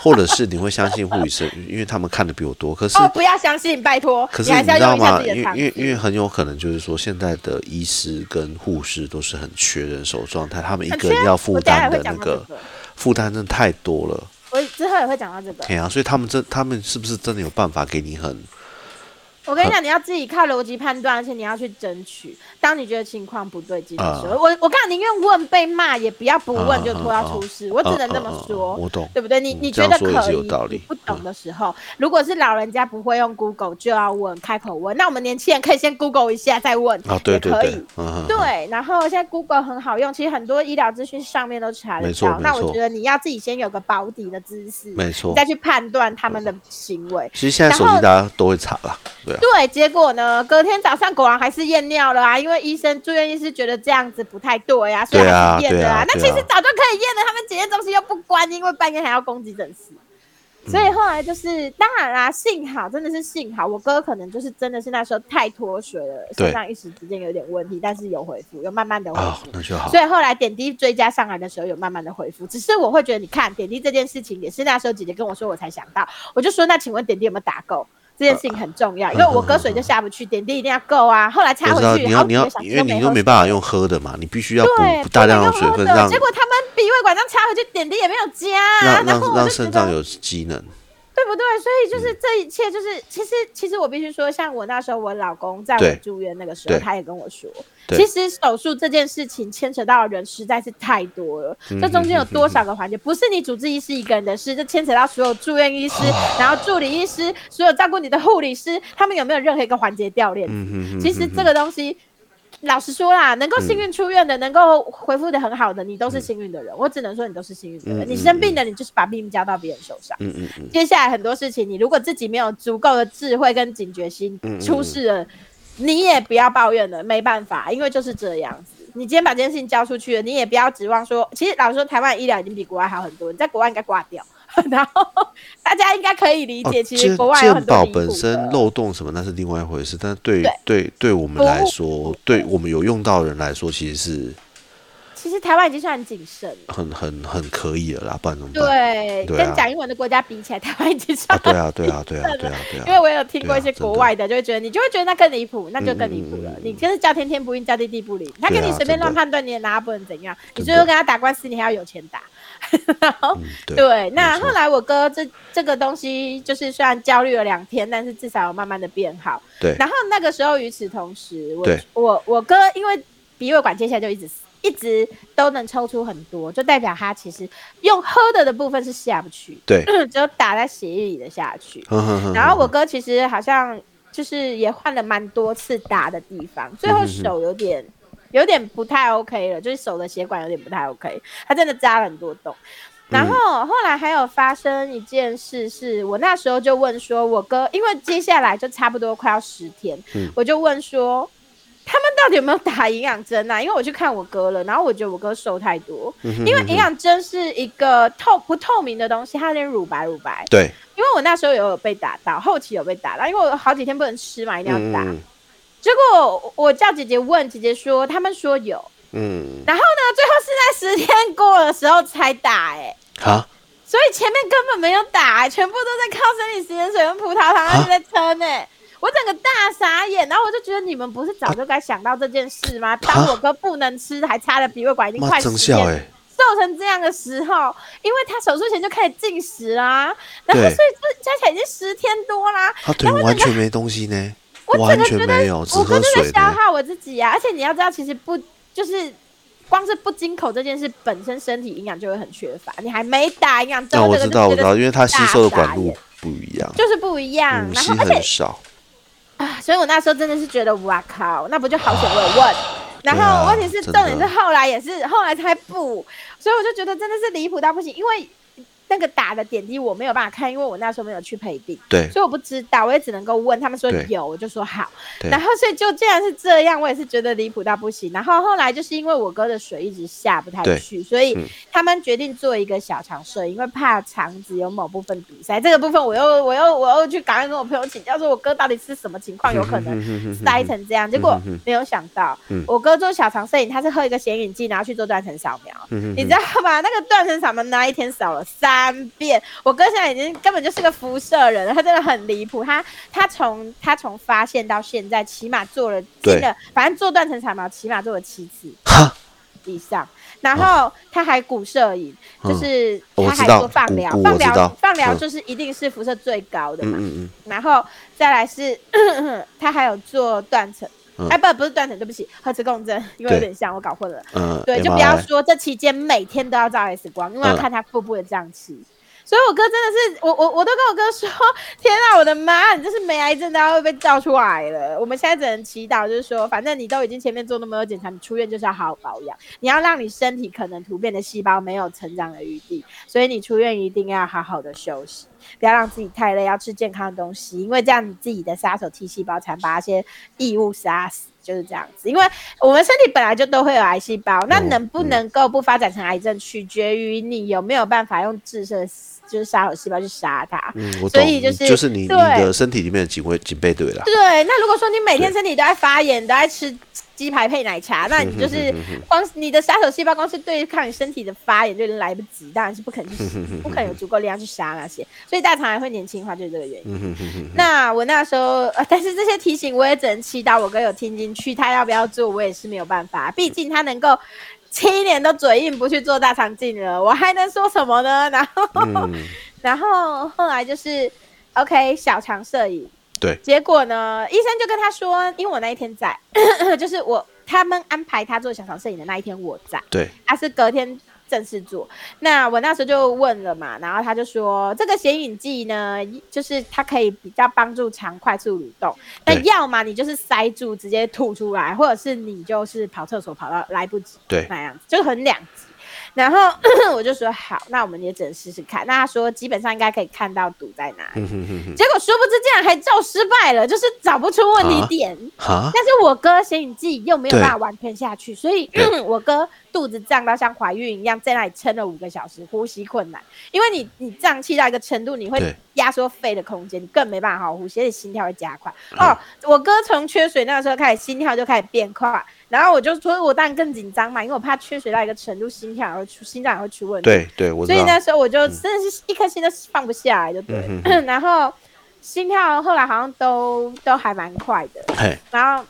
[SPEAKER 2] 或者是你会相信护理师，因为他们看的比我多，可是。
[SPEAKER 1] 哦，不要相信，拜托，
[SPEAKER 2] 可是
[SPEAKER 1] 你还
[SPEAKER 2] 你
[SPEAKER 1] 是要
[SPEAKER 2] 知道
[SPEAKER 1] 用一下
[SPEAKER 2] 吗？
[SPEAKER 1] 自己
[SPEAKER 2] 因
[SPEAKER 1] 的
[SPEAKER 2] 为
[SPEAKER 1] 常
[SPEAKER 2] 因
[SPEAKER 1] 识
[SPEAKER 2] 为。因为很有可能就是说，现在的医师跟护士都是很缺人手状态，他们一
[SPEAKER 1] 很
[SPEAKER 2] 个人
[SPEAKER 1] 缺啊
[SPEAKER 2] 要
[SPEAKER 1] 我
[SPEAKER 2] 负
[SPEAKER 1] 等一下也
[SPEAKER 2] 担
[SPEAKER 1] 会
[SPEAKER 2] 的那
[SPEAKER 1] 讲到
[SPEAKER 2] 个
[SPEAKER 1] 这个
[SPEAKER 2] 负担真的太多了。
[SPEAKER 1] 我之后也会讲到这个。
[SPEAKER 2] 对啊，所以他们真他们是不是真的有办法给你很
[SPEAKER 1] 我跟你讲，你要自己靠逻辑判断，而且你要去争取。当你觉得情况不对劲的时候，
[SPEAKER 2] 啊
[SPEAKER 1] 我我告诉你，宁愿问被骂，也不要不
[SPEAKER 2] 啊
[SPEAKER 1] 问就拖
[SPEAKER 2] 啊
[SPEAKER 1] 到出
[SPEAKER 2] 啊
[SPEAKER 1] 事。我只
[SPEAKER 2] 啊
[SPEAKER 1] 能这
[SPEAKER 2] 啊
[SPEAKER 1] 么
[SPEAKER 2] 啊啊
[SPEAKER 1] 说，
[SPEAKER 2] 我懂
[SPEAKER 1] 对不对？你
[SPEAKER 2] 嗯
[SPEAKER 1] 你
[SPEAKER 2] 这
[SPEAKER 1] 觉
[SPEAKER 2] 样
[SPEAKER 1] 得
[SPEAKER 2] 说也
[SPEAKER 1] 可
[SPEAKER 2] 是
[SPEAKER 1] 以，
[SPEAKER 2] 有道理
[SPEAKER 1] 你不懂的时候，如果是老人家不会用 Google，就要问开口问。那我们年轻人可以先 Google 一下再问，
[SPEAKER 2] 啊？对对
[SPEAKER 1] 也可
[SPEAKER 2] 对
[SPEAKER 1] 以。，
[SPEAKER 2] 嗯，嗯嗯
[SPEAKER 1] 对，然后现在 Google 很好用，其实很多医疗资讯上面都查
[SPEAKER 2] 没
[SPEAKER 1] 得
[SPEAKER 2] 错
[SPEAKER 1] 到。那
[SPEAKER 2] 没
[SPEAKER 1] 我
[SPEAKER 2] 错
[SPEAKER 1] 觉得你要自己先有个保底的知识，
[SPEAKER 2] 没错
[SPEAKER 1] 你再。去判断他们的行为。
[SPEAKER 2] 其实现在手
[SPEAKER 1] 然
[SPEAKER 2] 机
[SPEAKER 1] 后
[SPEAKER 2] 大家都会查啦，对啊，
[SPEAKER 1] 对，结果呢，隔天早上果然还是验尿了啊，因为医生住院医师觉得这样子不太对啊，所以
[SPEAKER 2] 对啊
[SPEAKER 1] 还是验了
[SPEAKER 2] 对啊
[SPEAKER 1] 那
[SPEAKER 2] 对
[SPEAKER 1] 其
[SPEAKER 2] 啊
[SPEAKER 1] 实早就可以验了，他们检验中心又不关，因为半夜还要攻击诊室。所以后来就是，
[SPEAKER 2] 嗯
[SPEAKER 1] 当然啦，幸好真的是幸好，我哥可能就是真的是那时候太脱水了，
[SPEAKER 2] 对
[SPEAKER 1] 肾脏一时之间有点问题，但是有恢复，有慢慢的恢
[SPEAKER 2] 啊
[SPEAKER 1] 复。，
[SPEAKER 2] 那就好
[SPEAKER 1] 所。以后来点滴追加上来的时候，有慢慢的恢复。只是我会觉得，你看点滴这件事情，也是那时候姐姐跟我说，我才想到。我就说，那请问点滴有没有打够？这件事情很重要，因为我隔水就下不去，点滴一定要够啊。后来插
[SPEAKER 2] 我
[SPEAKER 1] 回
[SPEAKER 2] 知道
[SPEAKER 1] 去，
[SPEAKER 2] 你要
[SPEAKER 1] 好
[SPEAKER 2] 你
[SPEAKER 1] 几个
[SPEAKER 2] 要
[SPEAKER 1] 小，时
[SPEAKER 2] 因为你又
[SPEAKER 1] 没
[SPEAKER 2] 没
[SPEAKER 1] 喝
[SPEAKER 2] 办法用喝的嘛，你必须要
[SPEAKER 1] 对
[SPEAKER 2] 补大量的
[SPEAKER 1] 不
[SPEAKER 2] 水
[SPEAKER 1] 能用
[SPEAKER 2] 分，
[SPEAKER 1] 喝的
[SPEAKER 2] 让
[SPEAKER 1] 结果他们鼻胃管这样插回去，点滴也没有加 [laughs] 啊、
[SPEAKER 2] 让
[SPEAKER 1] 然
[SPEAKER 2] 让
[SPEAKER 1] 后我
[SPEAKER 2] 让
[SPEAKER 1] 就觉
[SPEAKER 2] 肾
[SPEAKER 1] 得。
[SPEAKER 2] 脏有机能。
[SPEAKER 1] 对不对？所以
[SPEAKER 2] 嗯
[SPEAKER 1] 就是这一切，就是其实其实我必须说，像我那时候，我老公在
[SPEAKER 2] 对
[SPEAKER 1] 我住院那个时候，
[SPEAKER 2] 对
[SPEAKER 1] 他也跟我说，
[SPEAKER 2] 对
[SPEAKER 1] 其实手术这件事情牵扯到的人实在是太多了，
[SPEAKER 2] 嗯
[SPEAKER 1] 这中间有多少个环节，不是你主治医师一个人的事，这牵扯到所有住院医师，
[SPEAKER 2] 啊
[SPEAKER 1] 然后助理医师，所有照顾你的护理师，他们有没有任何一个环节掉链子？
[SPEAKER 2] 嗯哼哼
[SPEAKER 1] 其实
[SPEAKER 2] 哼
[SPEAKER 1] 这个东西。老实说啦，能够
[SPEAKER 2] 嗯
[SPEAKER 1] 幸运出院的，能够恢复的很好的，你都是幸运的
[SPEAKER 2] 嗯
[SPEAKER 1] 人。我只能说你都是幸运的人。你生病的，你就是把病加到别人手上。
[SPEAKER 2] 嗯嗯嗯，
[SPEAKER 1] 接下来很多事情，你如果自己没有足够的智慧跟警觉心，
[SPEAKER 2] 嗯
[SPEAKER 1] 出事了，你也不要抱怨了，没办法，因为就是这样子。你今天把这件事情交出去了，你也不要指望说，其实老实说，台湾医疗已经比国外好很多，你在国外应该挂掉， [laughs] 然后大家应该可以理
[SPEAKER 2] 哦
[SPEAKER 1] 解，，其实
[SPEAKER 2] 健
[SPEAKER 1] 国外有
[SPEAKER 2] 健
[SPEAKER 1] 很多
[SPEAKER 2] 保
[SPEAKER 1] 离谱
[SPEAKER 2] 本身
[SPEAKER 1] 的
[SPEAKER 2] 漏洞什么那是另外一回事，但对
[SPEAKER 1] 对
[SPEAKER 2] 对对我们
[SPEAKER 1] 服
[SPEAKER 2] 来
[SPEAKER 1] 务
[SPEAKER 2] 说，对我们有用到的人来说，其实是
[SPEAKER 1] 其实台湾已经算很谨慎了。
[SPEAKER 2] 很很很可以了啦，不然怎么办？
[SPEAKER 1] 对，
[SPEAKER 2] 对啊
[SPEAKER 1] 跟讲英文的国家比起来，台湾已经
[SPEAKER 2] 啊，
[SPEAKER 1] 算
[SPEAKER 2] 对啊，对
[SPEAKER 1] [laughs]
[SPEAKER 2] 啊，对啊，对啊，对
[SPEAKER 1] 因为
[SPEAKER 2] 啊，
[SPEAKER 1] 我有听过一
[SPEAKER 2] 对
[SPEAKER 1] 些
[SPEAKER 2] 啊
[SPEAKER 1] 国外的，就会觉得你就会觉得那更离谱，那就更离谱了
[SPEAKER 2] 嗯嗯嗯嗯。
[SPEAKER 1] 你真是叫天天不应，叫地地不灵，他
[SPEAKER 2] 对啊
[SPEAKER 1] 跟你随便乱
[SPEAKER 2] 真的
[SPEAKER 1] 判断，你也拿不能怎样。你
[SPEAKER 2] 真的
[SPEAKER 1] 最后跟他打官司，你还要有钱打。 [laughs] 然后
[SPEAKER 2] 嗯，对，
[SPEAKER 1] 对，那
[SPEAKER 2] 没错
[SPEAKER 1] 后来我哥这这个东西，就是虽然焦虑了两天，但是至少有慢慢的变好。
[SPEAKER 2] 对，
[SPEAKER 1] 然后那个时候，与此同时，我
[SPEAKER 2] 对
[SPEAKER 1] 我我哥因为鼻胃管接下来就一直一直都能抽出很多，就代表他其实用喝的的部分是下不去， [clears throat]
[SPEAKER 2] 对，
[SPEAKER 1] 只有打在血液里的下去。
[SPEAKER 2] 哼哼哼
[SPEAKER 1] 然后我
[SPEAKER 2] 哼
[SPEAKER 1] 哥其实好像就是也换了蛮多次打的地方，最
[SPEAKER 2] 嗯
[SPEAKER 1] 后手有点有点不太 OK 了，就是手的血管有点不太 OK，他真的扎了很多洞。
[SPEAKER 2] 嗯
[SPEAKER 1] 然后后来还有发生一件事，是我那时候就问说，我哥因为接下来就差不多快要十天，
[SPEAKER 2] 嗯
[SPEAKER 1] 我就问说。他们到底有没有打营养针啊？因为我去看我哥了，然后我觉得我哥瘦太多，
[SPEAKER 2] 嗯哼
[SPEAKER 1] 因为
[SPEAKER 2] 哼
[SPEAKER 1] 营养针是一个透不透明的东西，它有点乳白乳白，
[SPEAKER 2] 对，
[SPEAKER 1] 因为我那时候有被打到，后期有被打到，因为我好几天不能吃嘛，一定要打。
[SPEAKER 2] 嗯
[SPEAKER 1] 结果我我叫姐姐问，姐姐说他们说有，
[SPEAKER 2] 嗯，嗯
[SPEAKER 1] 然后呢，最后是在十天过的时候才打、哎，
[SPEAKER 2] 好，
[SPEAKER 1] 所以前面根本没有打、哎全部都在靠生理食盐水跟葡萄糖
[SPEAKER 2] 啊
[SPEAKER 1] 他们在撑哎、我整个大傻眼，然后我就觉得你们不是早就该想到这件事吗？当我哥不能吃，还插了鼻胃管，已经
[SPEAKER 2] 啊妈
[SPEAKER 1] 快
[SPEAKER 2] 真
[SPEAKER 1] 十天
[SPEAKER 2] 笑
[SPEAKER 1] 了
[SPEAKER 2] 哎，
[SPEAKER 1] 瘦成这样的时候，因为他手术前就开始进食啦、然后
[SPEAKER 2] 对
[SPEAKER 1] 所以就加起来已经十天多啦。
[SPEAKER 2] 他腿完全没东西呢，
[SPEAKER 1] [laughs] 我整
[SPEAKER 2] 完
[SPEAKER 1] 个
[SPEAKER 2] 全
[SPEAKER 1] 觉
[SPEAKER 2] 没
[SPEAKER 1] 得
[SPEAKER 2] 有，只
[SPEAKER 1] 我
[SPEAKER 2] 喝
[SPEAKER 1] 真的在
[SPEAKER 2] 水
[SPEAKER 1] 消
[SPEAKER 2] 呢。
[SPEAKER 1] 耗我自己啊！而且你要知道，其实不就是光是不进口这件事本身，身体营养就会很缺乏，你还没打营养针，啊
[SPEAKER 2] 那我
[SPEAKER 1] 这个
[SPEAKER 2] 知
[SPEAKER 1] 就
[SPEAKER 2] 道，我
[SPEAKER 1] 觉得
[SPEAKER 2] 知道，因为他吸
[SPEAKER 1] 大
[SPEAKER 2] 收的
[SPEAKER 1] 傻
[SPEAKER 2] 管路
[SPEAKER 1] 眼
[SPEAKER 2] 不一样，
[SPEAKER 1] 就是不一样。
[SPEAKER 2] 嗯，
[SPEAKER 1] 然
[SPEAKER 2] 吸
[SPEAKER 1] 后而且
[SPEAKER 2] 很少。
[SPEAKER 1] 啊，所以我那时候真的是觉得哇靠，那不就好险我有问。然
[SPEAKER 2] 对啊
[SPEAKER 1] 后问题是，
[SPEAKER 2] 真
[SPEAKER 1] 重
[SPEAKER 2] 的
[SPEAKER 1] 点是后来也是后来才补，所以我就觉得真的是离谱到不行，因为那个打的点滴我没有办法看，因为我那时候没有去陪病，
[SPEAKER 2] 对
[SPEAKER 1] 所以我不知道，我也只能够问他们说
[SPEAKER 2] 对
[SPEAKER 1] 有，我就说好。
[SPEAKER 2] 对
[SPEAKER 1] 然后所以就既然是这样，我也是觉得离谱到不行。然后后来就是因为我哥的水一直下不太
[SPEAKER 2] 对
[SPEAKER 1] 去，所以
[SPEAKER 2] 嗯
[SPEAKER 1] 他们决定做一个小肠摄影，因为怕肠子有某部分堵塞。这个部分我又我又我又去赶快跟我朋友请教，说我哥到底是什么情况，有可能塞成这样。结果没有想到
[SPEAKER 2] 嗯，
[SPEAKER 1] 我哥做小肠摄影，他是喝一个显影剂，然后去做断层扫描。
[SPEAKER 2] 嗯
[SPEAKER 1] 你知道吗？那个断层扫描那一天扫了三遍，我哥现在已经根本就是个辐射人了，他真的很离谱。他他从他从发现到现在，起码做了
[SPEAKER 2] 对
[SPEAKER 1] 真的，反正做断层扫描起码做了七次
[SPEAKER 2] 哈，
[SPEAKER 1] 以上，然后他还骨摄影，就是
[SPEAKER 2] 哦嗯我
[SPEAKER 1] 他
[SPEAKER 2] 知
[SPEAKER 1] 还
[SPEAKER 2] 道
[SPEAKER 1] 做放疗
[SPEAKER 2] 骨骨，我
[SPEAKER 1] 放
[SPEAKER 2] 知道
[SPEAKER 1] 疗放疗
[SPEAKER 2] 嗯
[SPEAKER 1] 就是一定是辐射最高的
[SPEAKER 2] 嗯
[SPEAKER 1] 嘛。
[SPEAKER 2] 嗯
[SPEAKER 1] 然后再来是 [clears throat] 他还有做断层，
[SPEAKER 2] 嗯
[SPEAKER 1] 哎、不不是断层，对不起，核磁共振，因为
[SPEAKER 2] 对
[SPEAKER 1] 有点像，我搞混了。
[SPEAKER 2] 嗯嗯，
[SPEAKER 1] 对，就不
[SPEAKER 2] MRI
[SPEAKER 1] 要说这期间每天都要照 X 光，因为要
[SPEAKER 2] 嗯
[SPEAKER 1] 看他腹部的胀气。所以我哥真的是，我我我都跟我哥说， [laughs] 天啊，我的妈，你这是没癌症都要被照出来了。我们现在只能祈祷，就是说，反正你都已经前面做那么多检查，你出院就是要好好保养，你要让你身体可能突变的细胞没有成长的余地，所以你出院一定要好好的休息，不要让自己太累，要吃健康的东西，因为这样你自己的杀手 T 细胞才把那些异物杀死，就是这样子。因为我们身体本来就都会有癌细胞，那
[SPEAKER 2] 嗯
[SPEAKER 1] 能不能够不发展成癌症，取决于你有没有办法用自身的就是杀手细胞去杀它。
[SPEAKER 2] 嗯，我
[SPEAKER 1] 所
[SPEAKER 2] 懂，
[SPEAKER 1] 以就
[SPEAKER 2] 你
[SPEAKER 1] 是
[SPEAKER 2] 就是你你
[SPEAKER 1] 对
[SPEAKER 2] 的身体里面的警卫警备队啦。
[SPEAKER 1] [laughs] 对，那如果说你每天身体都在发炎，都在吃鸡排配奶茶，那你就是光你的杀手细胞光是对抗你身体的发炎就已经来不及，当然是不可能
[SPEAKER 2] [laughs]
[SPEAKER 1] 去不可能有足够力量去杀那些，所以大肠癌会年轻化就是这个原因。
[SPEAKER 2] [laughs] 嗯哼哼哼，
[SPEAKER 1] 那我那时候，呃，但是这些提醒我也只能祈祷我哥有听进去，他要不要做我也是没有办
[SPEAKER 2] 嗯
[SPEAKER 1] 法，毕竟他能够七年都嘴硬不去做大肠镜了，我还能说什么呢？然后，
[SPEAKER 2] 嗯，
[SPEAKER 1] [laughs] 然后后来就是，OK，小肠摄影。
[SPEAKER 2] 对
[SPEAKER 1] [clears throat] 结果呢，医生就跟他说，因为我那一天在，就是我他们安排他做小草摄影的那一天我在，
[SPEAKER 2] 对，
[SPEAKER 1] 他是隔天正式做。那我那时候就问了嘛，然后他就说这个显影剂呢，就是它可以比较帮助肠快速蠕动，
[SPEAKER 2] 对
[SPEAKER 1] 但要么你就是塞住直接吐出来，或者是你就是跑厕所跑到来不及，
[SPEAKER 2] 对
[SPEAKER 1] 那样子就很两极。然后 [clears throat] 我就说好，那我们也只能试试看。那他说基本上应该可以看到毒在哪里，
[SPEAKER 2] 哼嗯哼哼哼，
[SPEAKER 1] 结果殊不知竟然还照失败了，就是找不出问题点。
[SPEAKER 2] 哈，
[SPEAKER 1] 但是我哥显影剂又没有
[SPEAKER 2] 啊对
[SPEAKER 1] 办法完全下去，所以
[SPEAKER 2] 对
[SPEAKER 1] [clears throat] 我哥肚子胀到像怀孕一样，在那里撑了五个小时，呼吸困难。因为你你胀气到一个程度，你
[SPEAKER 2] 对
[SPEAKER 1] 会压缩肺的空间，你更没办法好好呼吸，而且心跳会加快。
[SPEAKER 2] 嗯
[SPEAKER 1] 哦，我哥从缺水那时候开始，心跳就开始变快。然后我就说，我当然更紧张嘛，因为我怕缺水到一个程度，心跳也会出心脏也会出问题。
[SPEAKER 2] 对对，我知
[SPEAKER 1] 所以
[SPEAKER 2] 道，
[SPEAKER 1] 那时候我就真的是一颗心都放不下来，就对了。[laughs]
[SPEAKER 2] 嗯
[SPEAKER 1] 然后心跳后来好像都都还蛮快的，
[SPEAKER 2] 嘿，
[SPEAKER 1] 然后。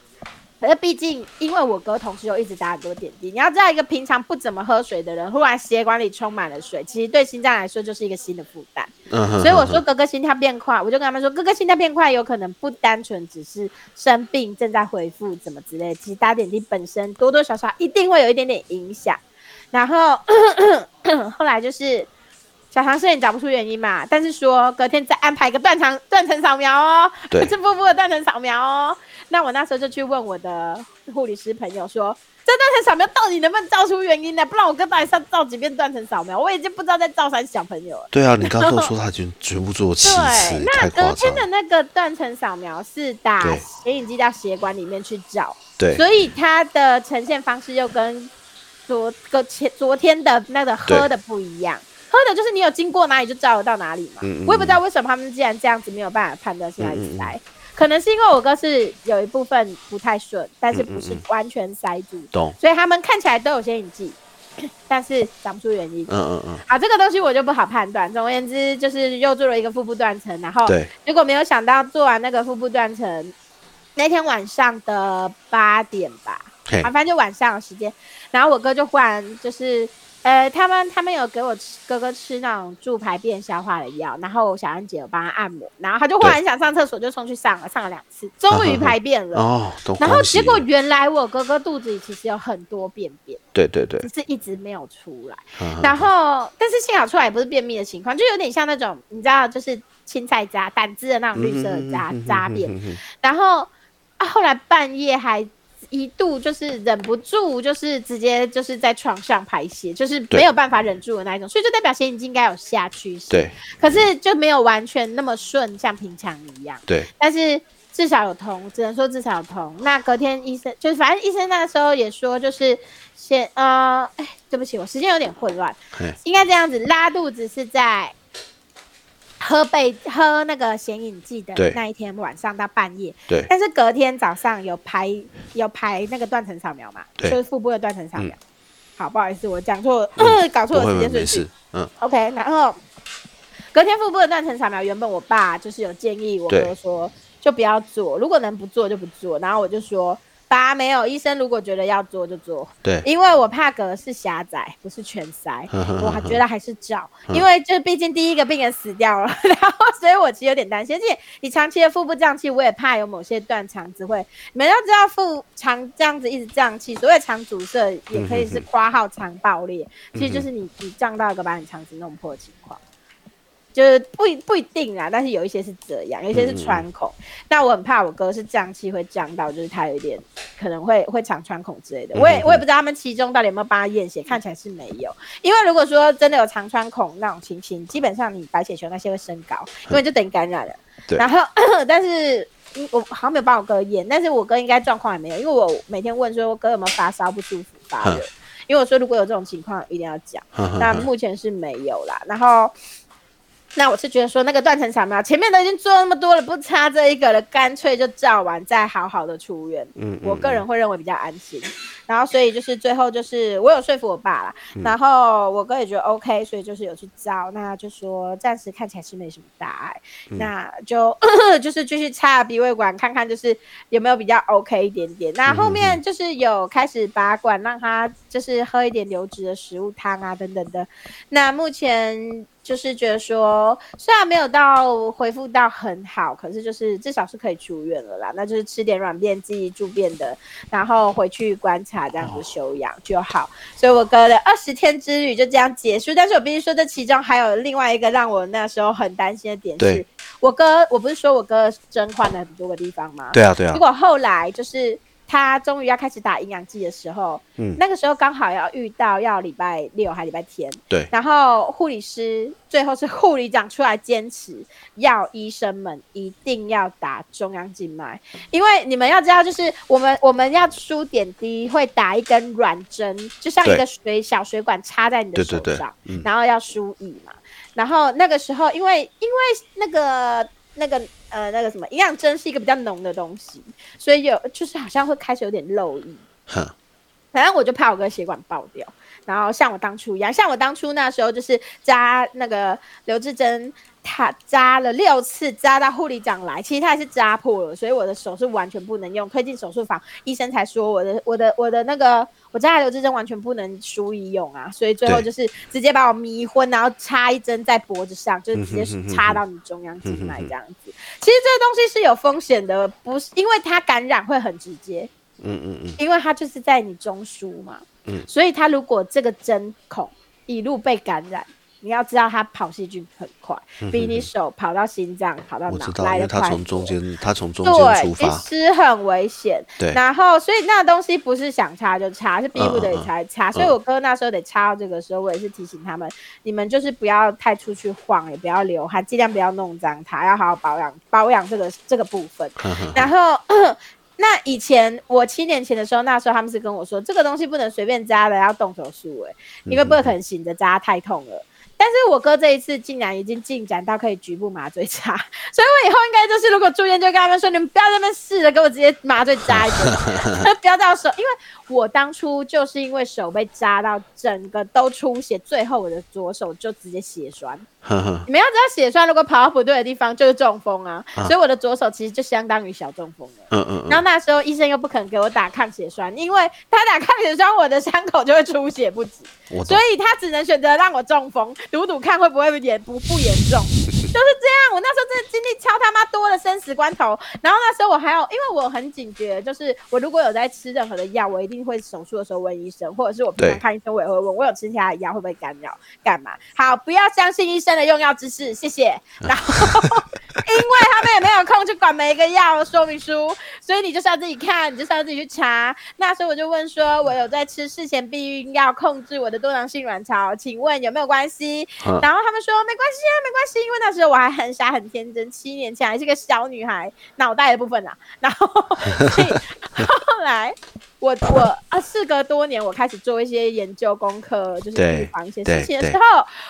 [SPEAKER 1] 可是毕竟，因为我哥同时又一直打很多点滴，你要知道，一个平常不怎么喝水的人，忽然血管里充满了水，其实对心脏来说就是一个新的负担。
[SPEAKER 2] 嗯 [laughs] 哼，
[SPEAKER 1] 所以我说
[SPEAKER 2] 哼，
[SPEAKER 1] 哥哥心跳变快，我就跟他们说，哥哥心跳变快有可能不单纯只是生病正在恢复怎么之类，其实打点滴本身多多少少一定会有一点点影响。然后 [clears throat] 后来就是小唐摄影找不出原因嘛，但是说隔天再安排一个断肠断层扫描哦， [laughs]
[SPEAKER 2] 对
[SPEAKER 1] 是腹部的断层扫描哦。那我那时候就去问我的护理师朋友说。这断层扫描到底能不能照出原因呢？不然我哥到底上照几遍断层扫描，我已经不知道在照啥小朋友了。
[SPEAKER 2] 对啊，你刚刚跟我说他已经全
[SPEAKER 1] [laughs]
[SPEAKER 2] 部做七次，
[SPEAKER 1] 对，那
[SPEAKER 2] 太
[SPEAKER 1] 隔
[SPEAKER 2] 夸
[SPEAKER 1] 天
[SPEAKER 2] 张
[SPEAKER 1] 的
[SPEAKER 2] 了，
[SPEAKER 1] 那个断层扫描是打
[SPEAKER 2] 对
[SPEAKER 1] 显影剂到血管里面去找，
[SPEAKER 2] 对
[SPEAKER 1] 所以它的呈现方式又跟昨个前昨天的那个喝
[SPEAKER 2] 对
[SPEAKER 1] 的不一样。喝的就是你有经过哪里就照得到哪里嘛。
[SPEAKER 2] 嗯嗯
[SPEAKER 1] 我也不知道为什么他们既然这样子没有办法判断是哪
[SPEAKER 2] 嗯嗯
[SPEAKER 1] 里
[SPEAKER 2] 嗯
[SPEAKER 1] 塞，可能是因为我哥是有一部分不太顺，但是不是
[SPEAKER 2] 嗯嗯
[SPEAKER 1] 完全塞住，
[SPEAKER 2] 懂，
[SPEAKER 1] 所以他们看起来都有显影剂， [coughs] 但是讲不出原因。
[SPEAKER 2] 嗯嗯嗯，
[SPEAKER 1] 啊，这个东西我就不好判断。总而言之，就是又做了一个腹部断层，然后
[SPEAKER 2] 对，
[SPEAKER 1] 结果没有想到做完那个腹部断层，那天晚上的八点吧，
[SPEAKER 2] 嘿
[SPEAKER 1] 啊，，反正就晚上的时间，然后我哥就忽然就是，呃，他们他们有给我吃哥哥吃那种助排便消化的药，然后小安姐有帮他按摩，然后他就忽然想上厕所，就冲去上了，上了两次，
[SPEAKER 2] 啊
[SPEAKER 1] 终于排便了。
[SPEAKER 2] 哦，懂，
[SPEAKER 1] 然后
[SPEAKER 2] 恭喜
[SPEAKER 1] 结果原来我哥哥肚子里其实有很多便便，
[SPEAKER 2] 对对对
[SPEAKER 1] 只，是一直没有出来。
[SPEAKER 2] 嗯
[SPEAKER 1] 然后，但是幸好出来也不是便秘的情况，就有点像那种你知道，就是青菜渣、胆汁的那种绿色
[SPEAKER 2] 嗯
[SPEAKER 1] 的渣嗯渣便。，然后啊，后来半夜还一度就是忍不住，就是直接就是在床上排泄，就是
[SPEAKER 2] 对
[SPEAKER 1] 没有办法忍住的那一种，所以就代表显影剂应该有下趋势，
[SPEAKER 2] 对
[SPEAKER 1] 可是就没有完全那么顺，像平常一样。
[SPEAKER 2] 对，
[SPEAKER 1] 但是至少有通，只能说至少有通。那隔天医生就是，反正医生那时候也说，就是先呃，哎，对不起，我时间有点混乱
[SPEAKER 2] 嘿，
[SPEAKER 1] 应该这样子，拉肚子是在喝贝喝那个显影剂的
[SPEAKER 2] 对
[SPEAKER 1] 那一天晚上到半夜，
[SPEAKER 2] 对
[SPEAKER 1] 但是隔天早上有排有排那个断层扫描嘛，
[SPEAKER 2] 对
[SPEAKER 1] 就是腹部的断层扫描。
[SPEAKER 2] 嗯
[SPEAKER 1] 好，不好意思，我讲错， [coughs] 搞
[SPEAKER 2] 不
[SPEAKER 1] 错了时
[SPEAKER 2] 会
[SPEAKER 1] 间顺
[SPEAKER 2] 没
[SPEAKER 1] 序
[SPEAKER 2] 事。，嗯
[SPEAKER 1] OK，然后隔天腹部的断层扫描，原本我爸就是有建议我
[SPEAKER 2] 对
[SPEAKER 1] 哥说，就不要做，如果能不做就不做。然后我就说，爸没有，医生如果觉得要做就做，
[SPEAKER 2] 对，，
[SPEAKER 1] 因为我怕隔是狭窄，不是全塞
[SPEAKER 2] [laughs]
[SPEAKER 1] 我还觉得还是照，
[SPEAKER 2] 嗯
[SPEAKER 1] 因为就毕竟第一个病人死掉了， [laughs] 然后所以我其实有点担心，而且你长期的腹部胀气，我也怕有某些断肠子会，你们要知道腹肠这样子一直胀气，所谓肠阻塞也可以是括号肠爆
[SPEAKER 2] 嗯
[SPEAKER 1] 裂，其实就是你你胀到一个把你肠子弄破的情况。就是不一不一定啊啦，但是有一些是这样，有一
[SPEAKER 2] 嗯
[SPEAKER 1] 些是穿孔。那我很怕我哥是胀气会胀到，就是他有一点可能会会肠穿孔之类
[SPEAKER 2] 嗯
[SPEAKER 1] 的。我也我也不知道他们其中到底有没有帮他验血，看起来是没有。因为如果说真的有肠穿孔那种情形，基本上你白血球那些会升高，因为就等于感染了。
[SPEAKER 2] 嗯对
[SPEAKER 1] 然后 [coughs] 但是。嗯我好像没有帮我哥验，但是我哥应该状况也没有，因为我每天问说我哥有没有发烧、不舒服、发热
[SPEAKER 2] 嗯，
[SPEAKER 1] 因为我说如果有这种情况一定要讲。那
[SPEAKER 2] 那
[SPEAKER 1] 目前是没有啦。然后，那我是觉得说那个断层扫描前面都已经做那么多了，不差这一个了，干脆就照完再好好的出院。
[SPEAKER 2] 嗯
[SPEAKER 1] 我个人会认为比较安心。然后所以就是最后就是我有说服我爸啦，
[SPEAKER 2] 嗯
[SPEAKER 1] 然后我哥也觉得 OK，所以就是有去招，那就说暂时看起来是没什么大碍，
[SPEAKER 2] 嗯
[SPEAKER 1] 那就 [coughs] 就是继续插鼻胃管看看，就是有没有比较 OK 一点点。那后面就是有开始拔管，让他就是喝一点流质的食物汤啊等等的。那目前就是觉得说，虽然没有到恢复到很好，可是就是至少是可以出院了啦。那就是吃点软便剂、住便的，然后回去观察这样子休养就好。所以我哥的二十天之旅就这样结束。但是我必须说，这其中还有另外一个让我那时候很担心的点是
[SPEAKER 2] 对，
[SPEAKER 1] 我哥，我不是说我哥针换了很多个地方吗？
[SPEAKER 2] 对啊，对啊
[SPEAKER 1] 结，果后来就是他终于要开始打营养剂的时候，
[SPEAKER 2] 嗯
[SPEAKER 1] 那个时候刚好要遇到要礼拜六还礼拜天， [laughs]
[SPEAKER 2] 对，
[SPEAKER 1] 然后护理师最后是护理长出来坚持，要医生们一定要打中央静脉，因为你们要知道，就是我们我们要输点滴会打一根软针，就像一
[SPEAKER 2] 对
[SPEAKER 1] 个水小水管插在你的
[SPEAKER 2] 对
[SPEAKER 1] 手
[SPEAKER 2] 对
[SPEAKER 1] 上，
[SPEAKER 2] 对嗯
[SPEAKER 1] 然后要输液嘛。然后那个时候，因为因为那个那个呃那个什么营养针是一个比较浓的东西，所以有就是好像会开始有点漏液。
[SPEAKER 2] 哼，
[SPEAKER 1] 反正我就怕我哥血管爆掉，然后像我当初一样，像我当初那时候就是扎那个刘志珍，他扎了六次，扎到护理长来，其实他也是扎破了，所以我的手是完全不能用，推进手术房，医生才说我的我的我的那个我扎的刘志珍完全不能输医用啊，所以最后
[SPEAKER 2] 对
[SPEAKER 1] 就是直接把我迷昏，然后插一针在脖子上，就是直
[SPEAKER 2] 嗯哼哼
[SPEAKER 1] 接
[SPEAKER 2] 哼
[SPEAKER 1] 插到你中央静脉这样子。其实这个东西是有风险的，不是因为它感染会很直接，
[SPEAKER 2] 嗯嗯嗯，
[SPEAKER 1] 因为它就是在你中枢嘛，
[SPEAKER 2] 嗯
[SPEAKER 1] 所以它如果这个针孔一路被感染，你要知道它跑细菌很快，比你手跑到心脏、跑到
[SPEAKER 2] 嗯我
[SPEAKER 1] 脑
[SPEAKER 2] 知道，
[SPEAKER 1] 来
[SPEAKER 2] 因
[SPEAKER 1] 的
[SPEAKER 2] 为
[SPEAKER 1] 快
[SPEAKER 2] 他
[SPEAKER 1] 很多。
[SPEAKER 2] 从中间，他从中间
[SPEAKER 1] 对，
[SPEAKER 2] 出
[SPEAKER 1] 其
[SPEAKER 2] 发，
[SPEAKER 1] 实很危险。
[SPEAKER 2] 对
[SPEAKER 1] 然后所以那东西不是想插就插，是逼不得
[SPEAKER 2] 嗯
[SPEAKER 1] 已
[SPEAKER 2] 嗯嗯
[SPEAKER 1] 才插。所以我哥那时候得插到这个时候，我也是提醒他们，你们就是不要太出去晃，也不要流汗，尽量不要弄脏它，要好好保养保养这个这个部分。
[SPEAKER 2] 哼 [laughs] 哼，
[SPEAKER 1] 然后。 [clears throat] 那以前我七年前的时候，那时候他们是跟我说，这个东西不能随便扎的，要动手术、欸，因为不可能醒着扎太痛了。但是我哥这一次竟然已经进展到可以局部麻醉扎， [laughs] 所以我以后应该就是如果住院就跟他们说，你们不要在那边试了，给我直接麻醉扎一针，不要到手，因为我当初就是因为手被扎到整个都出血，最后我的左手就直接血栓，
[SPEAKER 2] 哼哼，
[SPEAKER 1] 你们要知道血栓如果跑到不对的地方就是中风啊，
[SPEAKER 2] 啊
[SPEAKER 1] 所以我的左手其实就相当于小中风了。
[SPEAKER 2] 嗯嗯
[SPEAKER 1] 然
[SPEAKER 2] 嗯，
[SPEAKER 1] 后那时候医生又不肯给我打抗血栓，因为他打抗血栓，我的伤口就会出血不止，
[SPEAKER 2] 我
[SPEAKER 1] 所
[SPEAKER 2] 懂，
[SPEAKER 1] 以他只能选择让我中风，赌赌看会不会严不不严重，就是这样。我那时候真的经历超他妈多的生死关头，然后那时候我还有，因为我很警觉，就是我如果有在吃任何的药，我一定会手术的时候问医生，或者是我平常
[SPEAKER 2] 对
[SPEAKER 1] 看医生我也会问，我有吃其他的药会不会干扰干嘛？好，不要相信医生的用药知识，谢谢。然后因为他们也没有空去管每一个药的说明书，所以你就是要自己看，你就是要自己去查。那时候我就问说，我有在吃事前避孕药控制我的多囊性卵巢，请问有没有关系？
[SPEAKER 2] 嗯
[SPEAKER 1] 然后他们说没关系啊，没关系，因为那时候我还很傻很天真，七年前还是个小女孩，脑袋的部分啊。然
[SPEAKER 2] [laughs]
[SPEAKER 1] 后所以后来我我啊，事隔多年，我开始做一些研究功课，就是
[SPEAKER 2] 对
[SPEAKER 1] 预防一些
[SPEAKER 2] 对
[SPEAKER 1] 事情的
[SPEAKER 2] 对
[SPEAKER 1] 时候，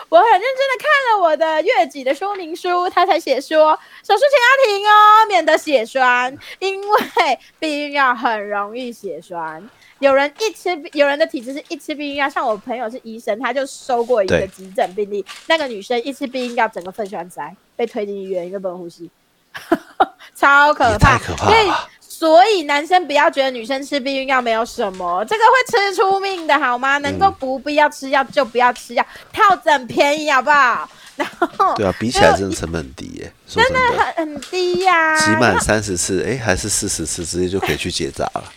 [SPEAKER 1] 我很认真的看了我的月己的说明书，他才写说手术前要停哦，免得血栓，因为避孕药很容易血栓。有人一吃，有人的体质是一吃避孕药，像我朋友是医生，他就收过一个
[SPEAKER 2] 对
[SPEAKER 1] 急诊病例，那个女生一吃避孕药，整个肺栓塞，被推进医院，因为不能呼吸， [laughs] 超可
[SPEAKER 2] 也
[SPEAKER 1] 怕。
[SPEAKER 2] 太可怕
[SPEAKER 1] 所以
[SPEAKER 2] 了吧。
[SPEAKER 1] 所以男生不要觉得女生吃避孕药没有什么，这个会吃出命的好
[SPEAKER 2] 嗯
[SPEAKER 1] 吗？能够不必要吃药就不要吃药，套诊便宜好不好？然后
[SPEAKER 2] 对啊，比起来真的成本很低耶、说真的，
[SPEAKER 1] 很很低呀、
[SPEAKER 2] 集满三十次，哎、还是四十次，直接就可以去结扎
[SPEAKER 1] [laughs]
[SPEAKER 2] 了。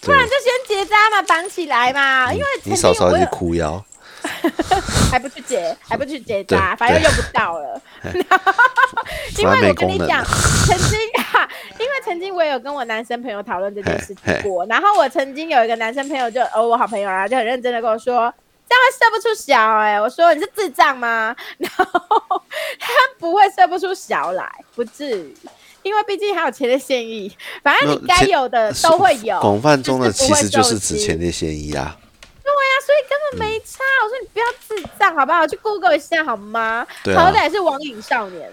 [SPEAKER 1] 不然就先结扎嘛，绑起来嘛，因为
[SPEAKER 2] 嗯你
[SPEAKER 1] 曾
[SPEAKER 2] 嫂
[SPEAKER 1] 经
[SPEAKER 2] 嫂
[SPEAKER 1] 我
[SPEAKER 2] 也
[SPEAKER 1] 有
[SPEAKER 2] 是哭腰，
[SPEAKER 1] 还不去结，还不去结
[SPEAKER 2] 对
[SPEAKER 1] 扎，反正
[SPEAKER 2] 对
[SPEAKER 1] 用不到了。因
[SPEAKER 2] 反而
[SPEAKER 1] 为
[SPEAKER 2] 没
[SPEAKER 1] 我跟
[SPEAKER 2] 功
[SPEAKER 1] 你
[SPEAKER 2] 能
[SPEAKER 1] 讲，
[SPEAKER 2] 了。
[SPEAKER 1] 曾经啊，因为曾经我也有跟我男生朋友讨论这件事
[SPEAKER 2] 嘿
[SPEAKER 1] 情
[SPEAKER 2] 嘿
[SPEAKER 1] 过，然后我曾经有一个男生朋友就，哦，我好朋友啊，就很认真的跟我说。这样会射不出小哎、我说你是智障吗？ [laughs] 然后他不会射不出小来，不至于，因为毕竟还有前列腺液，反正你
[SPEAKER 2] 没有
[SPEAKER 1] 该
[SPEAKER 2] 前
[SPEAKER 1] 有的都会有。
[SPEAKER 2] 广泛中的
[SPEAKER 1] 只是
[SPEAKER 2] 其
[SPEAKER 1] 不会
[SPEAKER 2] 实就
[SPEAKER 1] 受
[SPEAKER 2] 是指
[SPEAKER 1] 精
[SPEAKER 2] 前列腺液啦，
[SPEAKER 1] 对呀、啊所以根本没差。我说你不要智障好不好？去 Google 一下好吗？
[SPEAKER 2] 嗯对啊
[SPEAKER 1] 好歹是网瘾少年，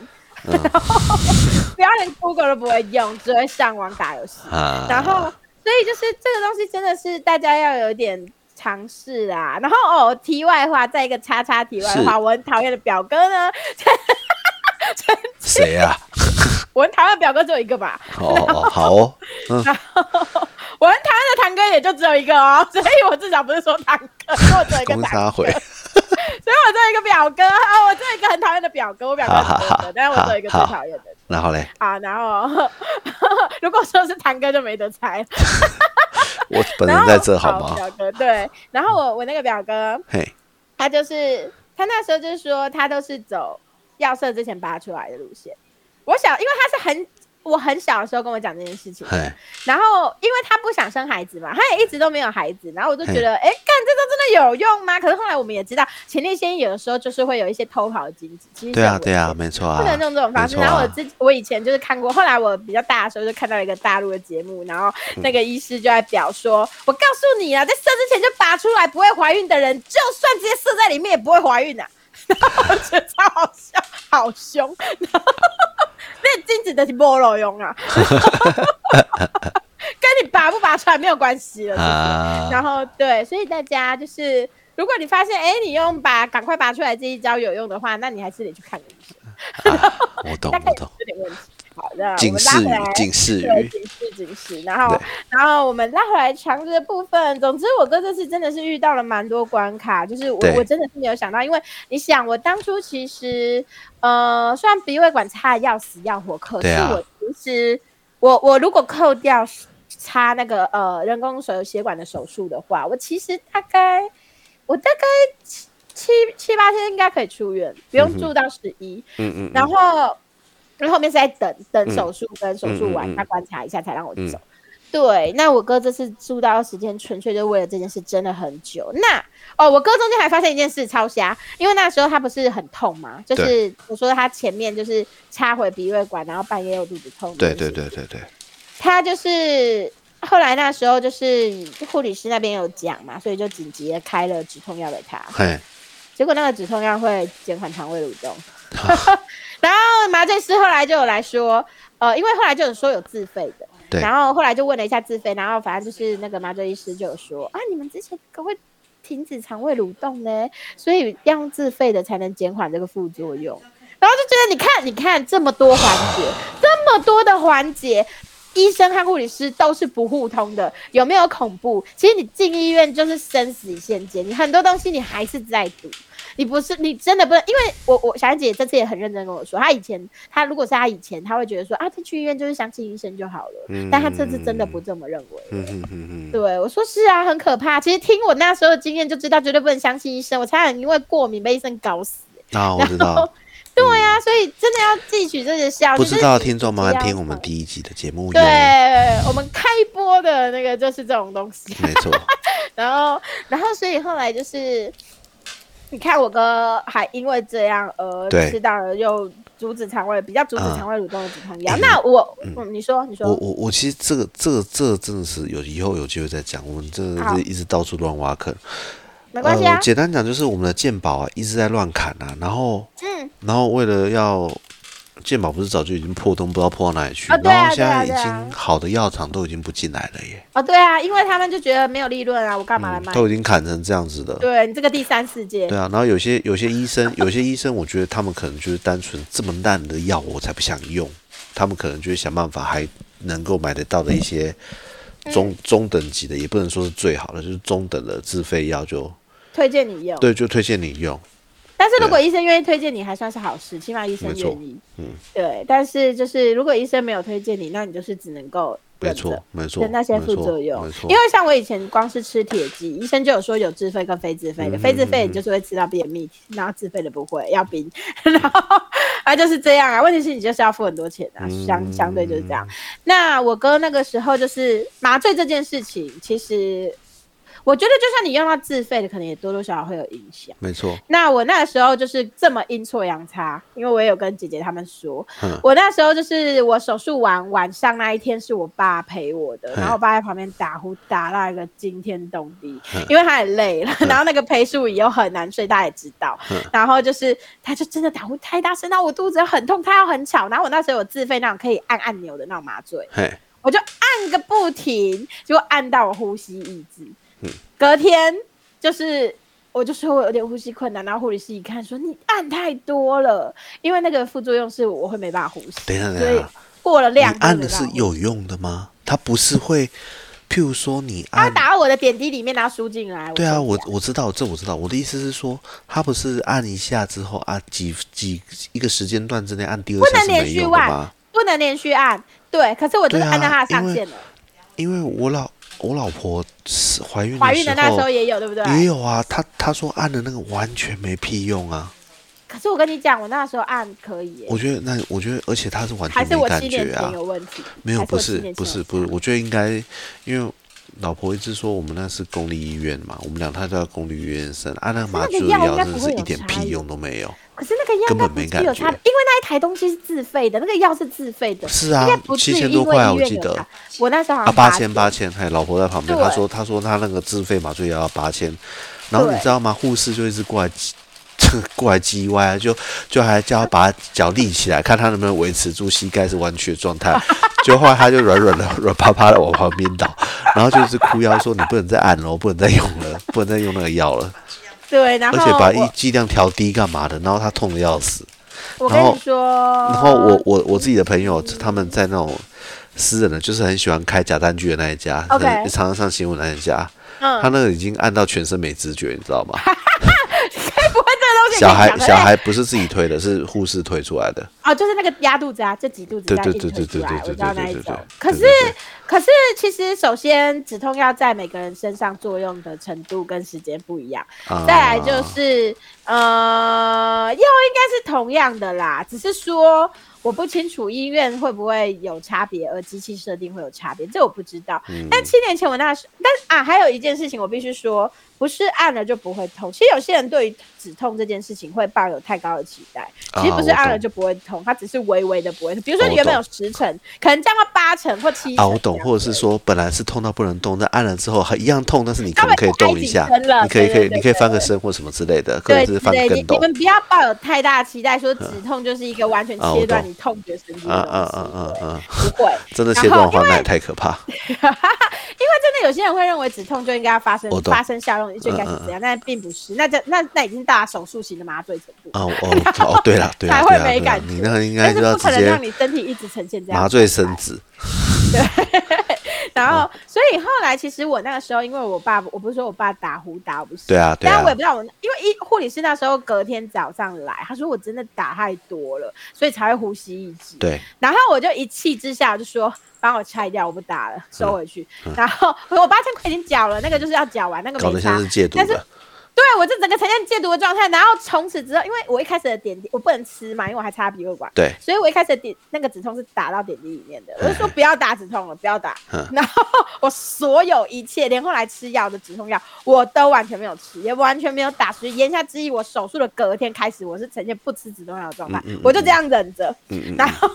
[SPEAKER 2] 嗯
[SPEAKER 1] 不要连 Google 都不会用，只会上网打游戏。
[SPEAKER 2] 啊，
[SPEAKER 1] 然后所以就是这个东西真的是大家要有一点尝试啊。然后哦，题外话，再一个叉叉题外话，
[SPEAKER 2] 是
[SPEAKER 1] 我很讨厌的表哥呢， [laughs]
[SPEAKER 2] 谁啊？
[SPEAKER 1] 我很讨厌的表哥只有一个吧，
[SPEAKER 2] 哦哦，好哦，
[SPEAKER 1] [laughs] 我很讨厌的堂哥也就只有一个哦，所以我至少不是说堂哥，是我只有一个
[SPEAKER 2] 公
[SPEAKER 1] 堂
[SPEAKER 2] 杀回，
[SPEAKER 1] 所以我只有一个表哥啊，我只有一个很讨厌的表哥，我表哥很多
[SPEAKER 2] 好好
[SPEAKER 1] 个
[SPEAKER 2] 好，
[SPEAKER 1] 但是我只有一个最
[SPEAKER 2] 好
[SPEAKER 1] 讨厌的
[SPEAKER 2] 然后嘞，
[SPEAKER 1] 啊。然后如果说是堂哥就没得猜了， [laughs]
[SPEAKER 2] 我本
[SPEAKER 1] 然
[SPEAKER 2] 人
[SPEAKER 1] 后
[SPEAKER 2] 在这好吗？
[SPEAKER 1] 表哥对，然后我我那个表哥
[SPEAKER 2] 嘿，
[SPEAKER 1] 他就是他那时候就是说他都是走药社之前拔出来的路线。我想，因为他是很我很小的时候跟我讲这件事
[SPEAKER 2] [laughs]
[SPEAKER 1] 情，
[SPEAKER 2] 嘿，
[SPEAKER 1] 然后因为他不想生孩子嘛，他也一直都没有孩子，然后我就觉得，哎，干这招真的有用吗？可是后来我们也知道，前列腺有的时候就是会有一些偷跑的精子，其实
[SPEAKER 2] 对啊，
[SPEAKER 1] 是
[SPEAKER 2] 对
[SPEAKER 1] 危
[SPEAKER 2] 啊，
[SPEAKER 1] 险的。
[SPEAKER 2] 没错
[SPEAKER 1] 不能
[SPEAKER 2] 啊，
[SPEAKER 1] 用这种方式。
[SPEAKER 2] 没错啊
[SPEAKER 1] 然后我之我以前就是看过，后来我比较大的时候就看到一个大陆的节目，然后
[SPEAKER 2] 嗯
[SPEAKER 1] 那个医师就在表说：“我告诉你啊，在射之前就拔出来不会怀孕的人，就算直接射在里面也不会怀孕啊。” [laughs] 然后我觉得超好笑，好凶。然后那精子的是没有用啊， [laughs] 跟你拔不拔出来没有关系了。然
[SPEAKER 2] 啊，
[SPEAKER 1] 后对，所以大家就是，如果你发现哎，你用拔赶快拔出来这一招有用的话，那你还是得去看个医生
[SPEAKER 2] 我懂，
[SPEAKER 1] 大概
[SPEAKER 2] 我
[SPEAKER 1] 有
[SPEAKER 2] 懂，
[SPEAKER 1] 这点问题。好的，我
[SPEAKER 2] 警
[SPEAKER 1] 们拉
[SPEAKER 2] 示
[SPEAKER 1] 回来
[SPEAKER 2] 语，警示
[SPEAKER 1] 对，
[SPEAKER 2] 语，
[SPEAKER 1] 警示警示。然后
[SPEAKER 2] 对，
[SPEAKER 1] 然后我们拉回来强制的部分。总之，我哥这次真的是遇到了蛮多关卡，就是我
[SPEAKER 2] 对
[SPEAKER 1] 我真的是没有想到，因为你想，我当初其实呃，虽然鼻胃管差的要死要活，可是
[SPEAKER 2] 对啊
[SPEAKER 1] 我其实我我如果扣掉插那个呃人工手血管的手术的话，我其实大概我大概七七七八天应该可以出院，不
[SPEAKER 2] 嗯
[SPEAKER 1] 用
[SPEAKER 2] 哼
[SPEAKER 1] 住到十一、
[SPEAKER 2] 嗯嗯，
[SPEAKER 1] 然后，然后后面是在等等手术跟手术
[SPEAKER 2] 嗯嗯
[SPEAKER 1] 完，
[SPEAKER 2] 嗯
[SPEAKER 1] 他观察一下才让我
[SPEAKER 2] 嗯
[SPEAKER 1] 走。对，那我哥这次住到二十天，纯粹就为了这件事，真的很久。那哦，我哥中间还发现一件事超瞎，因为那时候他不是很痛嘛，就是我说他前面就是插回鼻胃管，然后半夜又肚子痛。
[SPEAKER 2] 对对，对对对，
[SPEAKER 1] 他就是后来那时候就是护理师那边有讲嘛，所以就紧急的开了止痛药给他。
[SPEAKER 2] 嘿，
[SPEAKER 1] 结果那个止痛药会减缓肠胃蠕动。 [laughs] 然后麻醉师后来就有来说，呃，因为后来就有说有自费的，
[SPEAKER 2] 对
[SPEAKER 1] 然后后来就问了一下自费，然后反正就是那个麻醉医师就有说啊，你们之前可不可以停止肠胃蠕动呢？所以要用自费的才能减缓这个副作用。然后就觉得你看，你看这么多环节，这么多的环节。医生和护理师都是不互通的，有没有恐怖？其实你进医院就是生死一线间，你很多东西你还是在赌，你不是你真的不能，因为我我小燕姐这次也很认真跟我说，她以前她如果是她以前，她会觉得说啊，她去医院就是相信医生就好了，
[SPEAKER 2] 嗯
[SPEAKER 1] 但她这次真的不这么认为。
[SPEAKER 2] 嗯嗯嗯嗯，
[SPEAKER 1] 对，我说是啊，很可怕。其实听我那时候的经验就知道，绝对不能相信医生。我差点因为过敏被医生搞死。
[SPEAKER 2] 那我知
[SPEAKER 1] 然后
[SPEAKER 2] 道。
[SPEAKER 1] 对呀、所以真的要汲取这些教训。
[SPEAKER 2] 嗯不知道的听众麻
[SPEAKER 1] 不
[SPEAKER 2] 烦
[SPEAKER 1] 要
[SPEAKER 2] 听我
[SPEAKER 1] 放
[SPEAKER 2] 们第一集的节目哟
[SPEAKER 1] 对，我们开播的那个就是这种东西。 [laughs]
[SPEAKER 2] 没错，
[SPEAKER 1] 然后，然后，所以后来就是，你看我哥还因为这样而
[SPEAKER 2] 对
[SPEAKER 1] 吃到了又阻止肠胃，比较阻止肠胃蠕动的止痛药。
[SPEAKER 2] 嗯
[SPEAKER 1] 那我，嗯，你说，你
[SPEAKER 2] 我
[SPEAKER 1] 说，
[SPEAKER 2] 我我其实这个这个这个真的是有以后有机会再讲，我们真的
[SPEAKER 1] 好
[SPEAKER 2] 是一直到处乱挖坑。
[SPEAKER 1] 没关系啊
[SPEAKER 2] 呃，，简单讲就是我们的鉴宝啊一直在乱砍啊，然后
[SPEAKER 1] 嗯，
[SPEAKER 2] 然后为了要鉴宝不是早就已经破洞，不知道破到哪里去，
[SPEAKER 1] 啊对啊
[SPEAKER 2] 然后现在已
[SPEAKER 1] 对啊对啊
[SPEAKER 2] 经好的药厂都已经不进来了耶，
[SPEAKER 1] 哦，对啊，因为他们就觉得没有利润啊，我干嘛来卖？
[SPEAKER 2] 都已经砍成这样子的。
[SPEAKER 1] 对你这个第三世界，
[SPEAKER 2] 对啊，然后有些有些医生，有些医生，我觉得他们可能就是单纯这么烂的药我才不想用，他们可能就会想办法还能够买得到的一些
[SPEAKER 1] 嗯
[SPEAKER 2] 中、中等级的，也不能说是最好的，就是中等的自费药就
[SPEAKER 1] 推荐你用。
[SPEAKER 2] 对，就推荐你用。
[SPEAKER 1] 但是如果医生愿意推荐你，还算是好事，起码医生
[SPEAKER 2] 没错
[SPEAKER 1] 愿意。嗯，对。但是就是如果医生没有推荐你，那你就是只能够
[SPEAKER 2] 没
[SPEAKER 1] 忍着
[SPEAKER 2] 错，没错，
[SPEAKER 1] 的那些
[SPEAKER 2] 没
[SPEAKER 1] 副
[SPEAKER 2] 错
[SPEAKER 1] 作用
[SPEAKER 2] 没。
[SPEAKER 1] 因
[SPEAKER 2] 错，
[SPEAKER 1] 为像我以前光是吃铁剂，医生就有说有自费跟非自费
[SPEAKER 2] 嗯
[SPEAKER 1] 的，非自费你就是会吃到便秘，然后自费的不会，要冰， [laughs] 然后啊就是这样啊。问题是你就是要付很多钱啊，
[SPEAKER 2] 嗯
[SPEAKER 1] 相相对就是这样。那我哥那个时候就是麻醉这件事情，其实我觉得就算你用到自费的，可能也多多少少会有影响。
[SPEAKER 2] 没错，
[SPEAKER 1] 那我那个时候就是这么阴错阳差，因为我也有跟姐姐他们说，
[SPEAKER 2] 嗯
[SPEAKER 1] 我那时候就是我手术完晚上那一天是我爸陪我的，
[SPEAKER 2] 嗯
[SPEAKER 1] 然后我爸在旁边打呼打到一个惊天动地，
[SPEAKER 2] 嗯
[SPEAKER 1] 因为他很累了，然后那个陪睡椅又很难睡，大家也知道，
[SPEAKER 2] 嗯
[SPEAKER 1] 然后就是他就真的打呼太大声，然后我肚子又很痛，他要很吵，然后我那时候有自费那种可以按按钮的那种麻醉，
[SPEAKER 2] 嘿，
[SPEAKER 1] 我就按个不停，结果按到我呼吸抑制。
[SPEAKER 2] 嗯
[SPEAKER 1] 隔天就是我就说我有点呼吸困难，然后护理师一看说你按太多了，因为那个副作用是我会没办法呼吸，
[SPEAKER 2] 等一下，等
[SPEAKER 1] 所
[SPEAKER 2] 一
[SPEAKER 1] 以
[SPEAKER 2] 下，
[SPEAKER 1] 过了
[SPEAKER 2] 啊你
[SPEAKER 1] 量
[SPEAKER 2] 按的是有用的吗？它不是会，譬如说你
[SPEAKER 1] 他
[SPEAKER 2] 按，
[SPEAKER 1] 打到我的点滴里面，然后输进来。
[SPEAKER 2] 对啊，
[SPEAKER 1] 就
[SPEAKER 2] 我
[SPEAKER 1] 这样
[SPEAKER 2] 我知道，这我知道。我的意思是说，它不是按一下之后啊，几几一个时间段之内按第二
[SPEAKER 1] 不
[SPEAKER 2] 下
[SPEAKER 1] 能
[SPEAKER 2] 是
[SPEAKER 1] 连
[SPEAKER 2] 没
[SPEAKER 1] 续
[SPEAKER 2] 用的
[SPEAKER 1] 按
[SPEAKER 2] 吗？，
[SPEAKER 1] 不能连续按，对。可是我就是
[SPEAKER 2] 对啊
[SPEAKER 1] 按到他的上限了，
[SPEAKER 2] 因为我老我老婆是怀孕
[SPEAKER 1] 怀孕的那时
[SPEAKER 2] 时
[SPEAKER 1] 候也有，对不对？
[SPEAKER 2] 也有啊，她她说按的那个完全没屁用啊。
[SPEAKER 1] 可是我跟你讲，我那时候按可以耶、
[SPEAKER 2] 我觉得那我觉得，而且她是完
[SPEAKER 1] 还
[SPEAKER 2] 全
[SPEAKER 1] 是
[SPEAKER 2] 没
[SPEAKER 1] 我
[SPEAKER 2] 感
[SPEAKER 1] 七年
[SPEAKER 2] 觉啊
[SPEAKER 1] 前。有问题？
[SPEAKER 2] 没有，
[SPEAKER 1] 还
[SPEAKER 2] 不
[SPEAKER 1] 我七
[SPEAKER 2] 是
[SPEAKER 1] 年前
[SPEAKER 2] 不是
[SPEAKER 1] 有
[SPEAKER 2] 不是，我觉得应该，因为老婆一直说我们那是公立医院嘛，我们两胎都在公立医院生，啊，那个
[SPEAKER 1] 那
[SPEAKER 2] 麻
[SPEAKER 1] 个
[SPEAKER 2] 醉的
[SPEAKER 1] 药应
[SPEAKER 2] 药
[SPEAKER 1] 该
[SPEAKER 2] 真
[SPEAKER 1] 不
[SPEAKER 2] 的是
[SPEAKER 1] 会
[SPEAKER 2] 一
[SPEAKER 1] 有
[SPEAKER 2] 点
[SPEAKER 1] 差
[SPEAKER 2] 屁
[SPEAKER 1] 异
[SPEAKER 2] 用都没有。
[SPEAKER 1] 可是那个药
[SPEAKER 2] 根本
[SPEAKER 1] 应该
[SPEAKER 2] 没
[SPEAKER 1] 不
[SPEAKER 2] 感
[SPEAKER 1] 是有
[SPEAKER 2] 觉
[SPEAKER 1] 差别，因为那一台东西是自费的，那个药是自费的，
[SPEAKER 2] 是啊
[SPEAKER 1] 应该不至于
[SPEAKER 2] 7000
[SPEAKER 1] 因
[SPEAKER 2] 多
[SPEAKER 1] 为
[SPEAKER 2] 块啊
[SPEAKER 1] 医
[SPEAKER 2] 我
[SPEAKER 1] 院
[SPEAKER 2] 记
[SPEAKER 1] 有
[SPEAKER 2] 得
[SPEAKER 1] 差我那时候好
[SPEAKER 2] 啊，
[SPEAKER 1] 像
[SPEAKER 2] 八千八千，还有老婆在旁边，
[SPEAKER 1] 对
[SPEAKER 2] 她说她说她那个自费麻醉药要八千，然后你
[SPEAKER 1] 对
[SPEAKER 2] 知道吗？护士就一直过来 [laughs] 叽。过来叽歪啊，就就还叫她把脚立起来，看她能不能维持住膝盖是弯曲的状态。就后来她就软软的、 [laughs] 软趴趴的往旁边倒，然后就是哭腰说：“你不能再按了，不能再用了，不能再用那个药了。”
[SPEAKER 1] 对，然后
[SPEAKER 2] 而且把一
[SPEAKER 1] 我
[SPEAKER 2] 剂量调低干嘛的？然后他痛的要死。
[SPEAKER 1] 我
[SPEAKER 2] 然
[SPEAKER 1] 跟
[SPEAKER 2] 后
[SPEAKER 1] 你说，
[SPEAKER 2] 然后
[SPEAKER 1] [laughs] 哦
[SPEAKER 2] 我我我自己的朋友，他们在那种私人的，就是很喜欢开假单据的那一家
[SPEAKER 1] OK
[SPEAKER 2] 很常常上新闻的那一家，他
[SPEAKER 1] 嗯，
[SPEAKER 2] 那个已经按到全身没知觉，你知道吗？
[SPEAKER 1] 该不会这个东西
[SPEAKER 2] 小孩
[SPEAKER 1] 你讲的 [laughs] 哎
[SPEAKER 2] 小孩不是自己推的，是护士推出来的。
[SPEAKER 1] 哦，就是那个压肚子啊，这几肚子
[SPEAKER 2] 对
[SPEAKER 1] 这样
[SPEAKER 2] 对
[SPEAKER 1] 硬
[SPEAKER 2] 对
[SPEAKER 1] 推
[SPEAKER 2] 对
[SPEAKER 1] 出
[SPEAKER 2] 对
[SPEAKER 1] 来
[SPEAKER 2] 对
[SPEAKER 1] 我
[SPEAKER 2] 对
[SPEAKER 1] 知道
[SPEAKER 2] 对
[SPEAKER 1] 那
[SPEAKER 2] 对
[SPEAKER 1] 一
[SPEAKER 2] 对
[SPEAKER 1] 种
[SPEAKER 2] 对。
[SPEAKER 1] 可是
[SPEAKER 2] 对对对
[SPEAKER 1] 可是，其实首先止痛药在每个人身上作用的程度跟时间不一样，
[SPEAKER 2] 啊
[SPEAKER 1] 再来就是、呃，药应该是同样的啦，只是说我不清楚医院会不会有差别，而机器设定会有差别，这我不知道。
[SPEAKER 2] 嗯
[SPEAKER 1] 但七年前我那时，但啊，还有一件事情我必须说，不是按了就不会痛。其实有些人对于止痛这件事情会抱有太高的期待，
[SPEAKER 2] 啊
[SPEAKER 1] 其实不是按
[SPEAKER 2] 我
[SPEAKER 1] 了
[SPEAKER 2] 懂
[SPEAKER 1] 就不会痛，它只是微微的不会痛。比如说
[SPEAKER 2] 哦
[SPEAKER 1] 你
[SPEAKER 2] 我
[SPEAKER 1] 原本有
[SPEAKER 2] 懂
[SPEAKER 1] 十成，可能降到八成或七成这
[SPEAKER 2] 啊，
[SPEAKER 1] 样子。
[SPEAKER 2] 我懂，或者是说本来是痛到不能动，但按了之后还一样痛，但是你可能可以动一下
[SPEAKER 1] 稍微抬起身，了
[SPEAKER 2] 你可以可以
[SPEAKER 1] 对对对
[SPEAKER 2] 你可以翻个身或什么之类的，或
[SPEAKER 1] 对
[SPEAKER 2] 者
[SPEAKER 1] 对
[SPEAKER 2] 是翻
[SPEAKER 1] 对，你
[SPEAKER 2] 跟
[SPEAKER 1] 你
[SPEAKER 2] 斗。
[SPEAKER 1] 们不要抱有太大期待，说止痛就是一个完全
[SPEAKER 2] 啊我
[SPEAKER 1] 切断
[SPEAKER 2] 懂
[SPEAKER 1] 你痛觉神经
[SPEAKER 2] 啊
[SPEAKER 1] 的
[SPEAKER 2] 啊啊
[SPEAKER 1] 东
[SPEAKER 2] 啊
[SPEAKER 1] 西，
[SPEAKER 2] 啊！
[SPEAKER 1] 对不会。
[SPEAKER 2] 真的
[SPEAKER 1] 然
[SPEAKER 2] 切断
[SPEAKER 1] 后因
[SPEAKER 2] 环那
[SPEAKER 1] 为
[SPEAKER 2] 也太可
[SPEAKER 1] [laughs]
[SPEAKER 2] 怕。啊
[SPEAKER 1] 因为真的有些人会认为止痛就应该要发生
[SPEAKER 2] 我懂
[SPEAKER 1] 发生效用，就应该是
[SPEAKER 2] 嗯嗯
[SPEAKER 1] 这样，但并不是，那这那那已经大手术型的麻醉程度，
[SPEAKER 2] 啊，哦哦，对了，对
[SPEAKER 1] 才
[SPEAKER 2] 了，
[SPEAKER 1] 会
[SPEAKER 2] 对了，
[SPEAKER 1] 没
[SPEAKER 2] 对了
[SPEAKER 1] 感，觉
[SPEAKER 2] 你那个应
[SPEAKER 1] 但
[SPEAKER 2] 该就是要
[SPEAKER 1] 不
[SPEAKER 2] 直
[SPEAKER 1] 可能让
[SPEAKER 2] 接
[SPEAKER 1] 你身体一直呈现这样
[SPEAKER 2] 麻醉生子
[SPEAKER 1] 然
[SPEAKER 2] 嗯
[SPEAKER 1] 后，所以后来其实我那个时候，因为我爸，我不是说我爸打呼打，我不是。
[SPEAKER 2] 对啊对啊
[SPEAKER 1] 但我也不知道我，因为医护理师那时候隔天早上来，他说我真的打太多了，所以才会呼吸抑制。
[SPEAKER 2] 对，
[SPEAKER 1] 然后我就一气之下我就说帮我拆掉，我不打了，
[SPEAKER 2] 嗯
[SPEAKER 1] 收回去。然后我八千块已经缴了，那个就是要缴完，那个
[SPEAKER 2] 搞
[SPEAKER 1] 没
[SPEAKER 2] 得
[SPEAKER 1] 差
[SPEAKER 2] 像。是戒毒
[SPEAKER 1] 但是
[SPEAKER 2] 的，
[SPEAKER 1] 对我就整个呈现戒毒的状态，然后从此之后，因为我一开始的点滴我不能吃嘛，因为我还插鼻胃管，
[SPEAKER 2] 对，
[SPEAKER 1] 所以我一开始的点那个止痛是打到点滴里面的，我就说
[SPEAKER 2] 嗯
[SPEAKER 1] 不要打止痛了，不要打
[SPEAKER 2] 嗯。
[SPEAKER 1] 然后我所有一切，连后来吃药的止痛药，我都完全没有吃，也完全没有打。所以言下之意，我手术的隔天开始，我是呈现不吃止痛药的状态
[SPEAKER 2] 嗯嗯嗯，
[SPEAKER 1] 我就这样忍着。
[SPEAKER 2] 嗯嗯
[SPEAKER 1] 然后，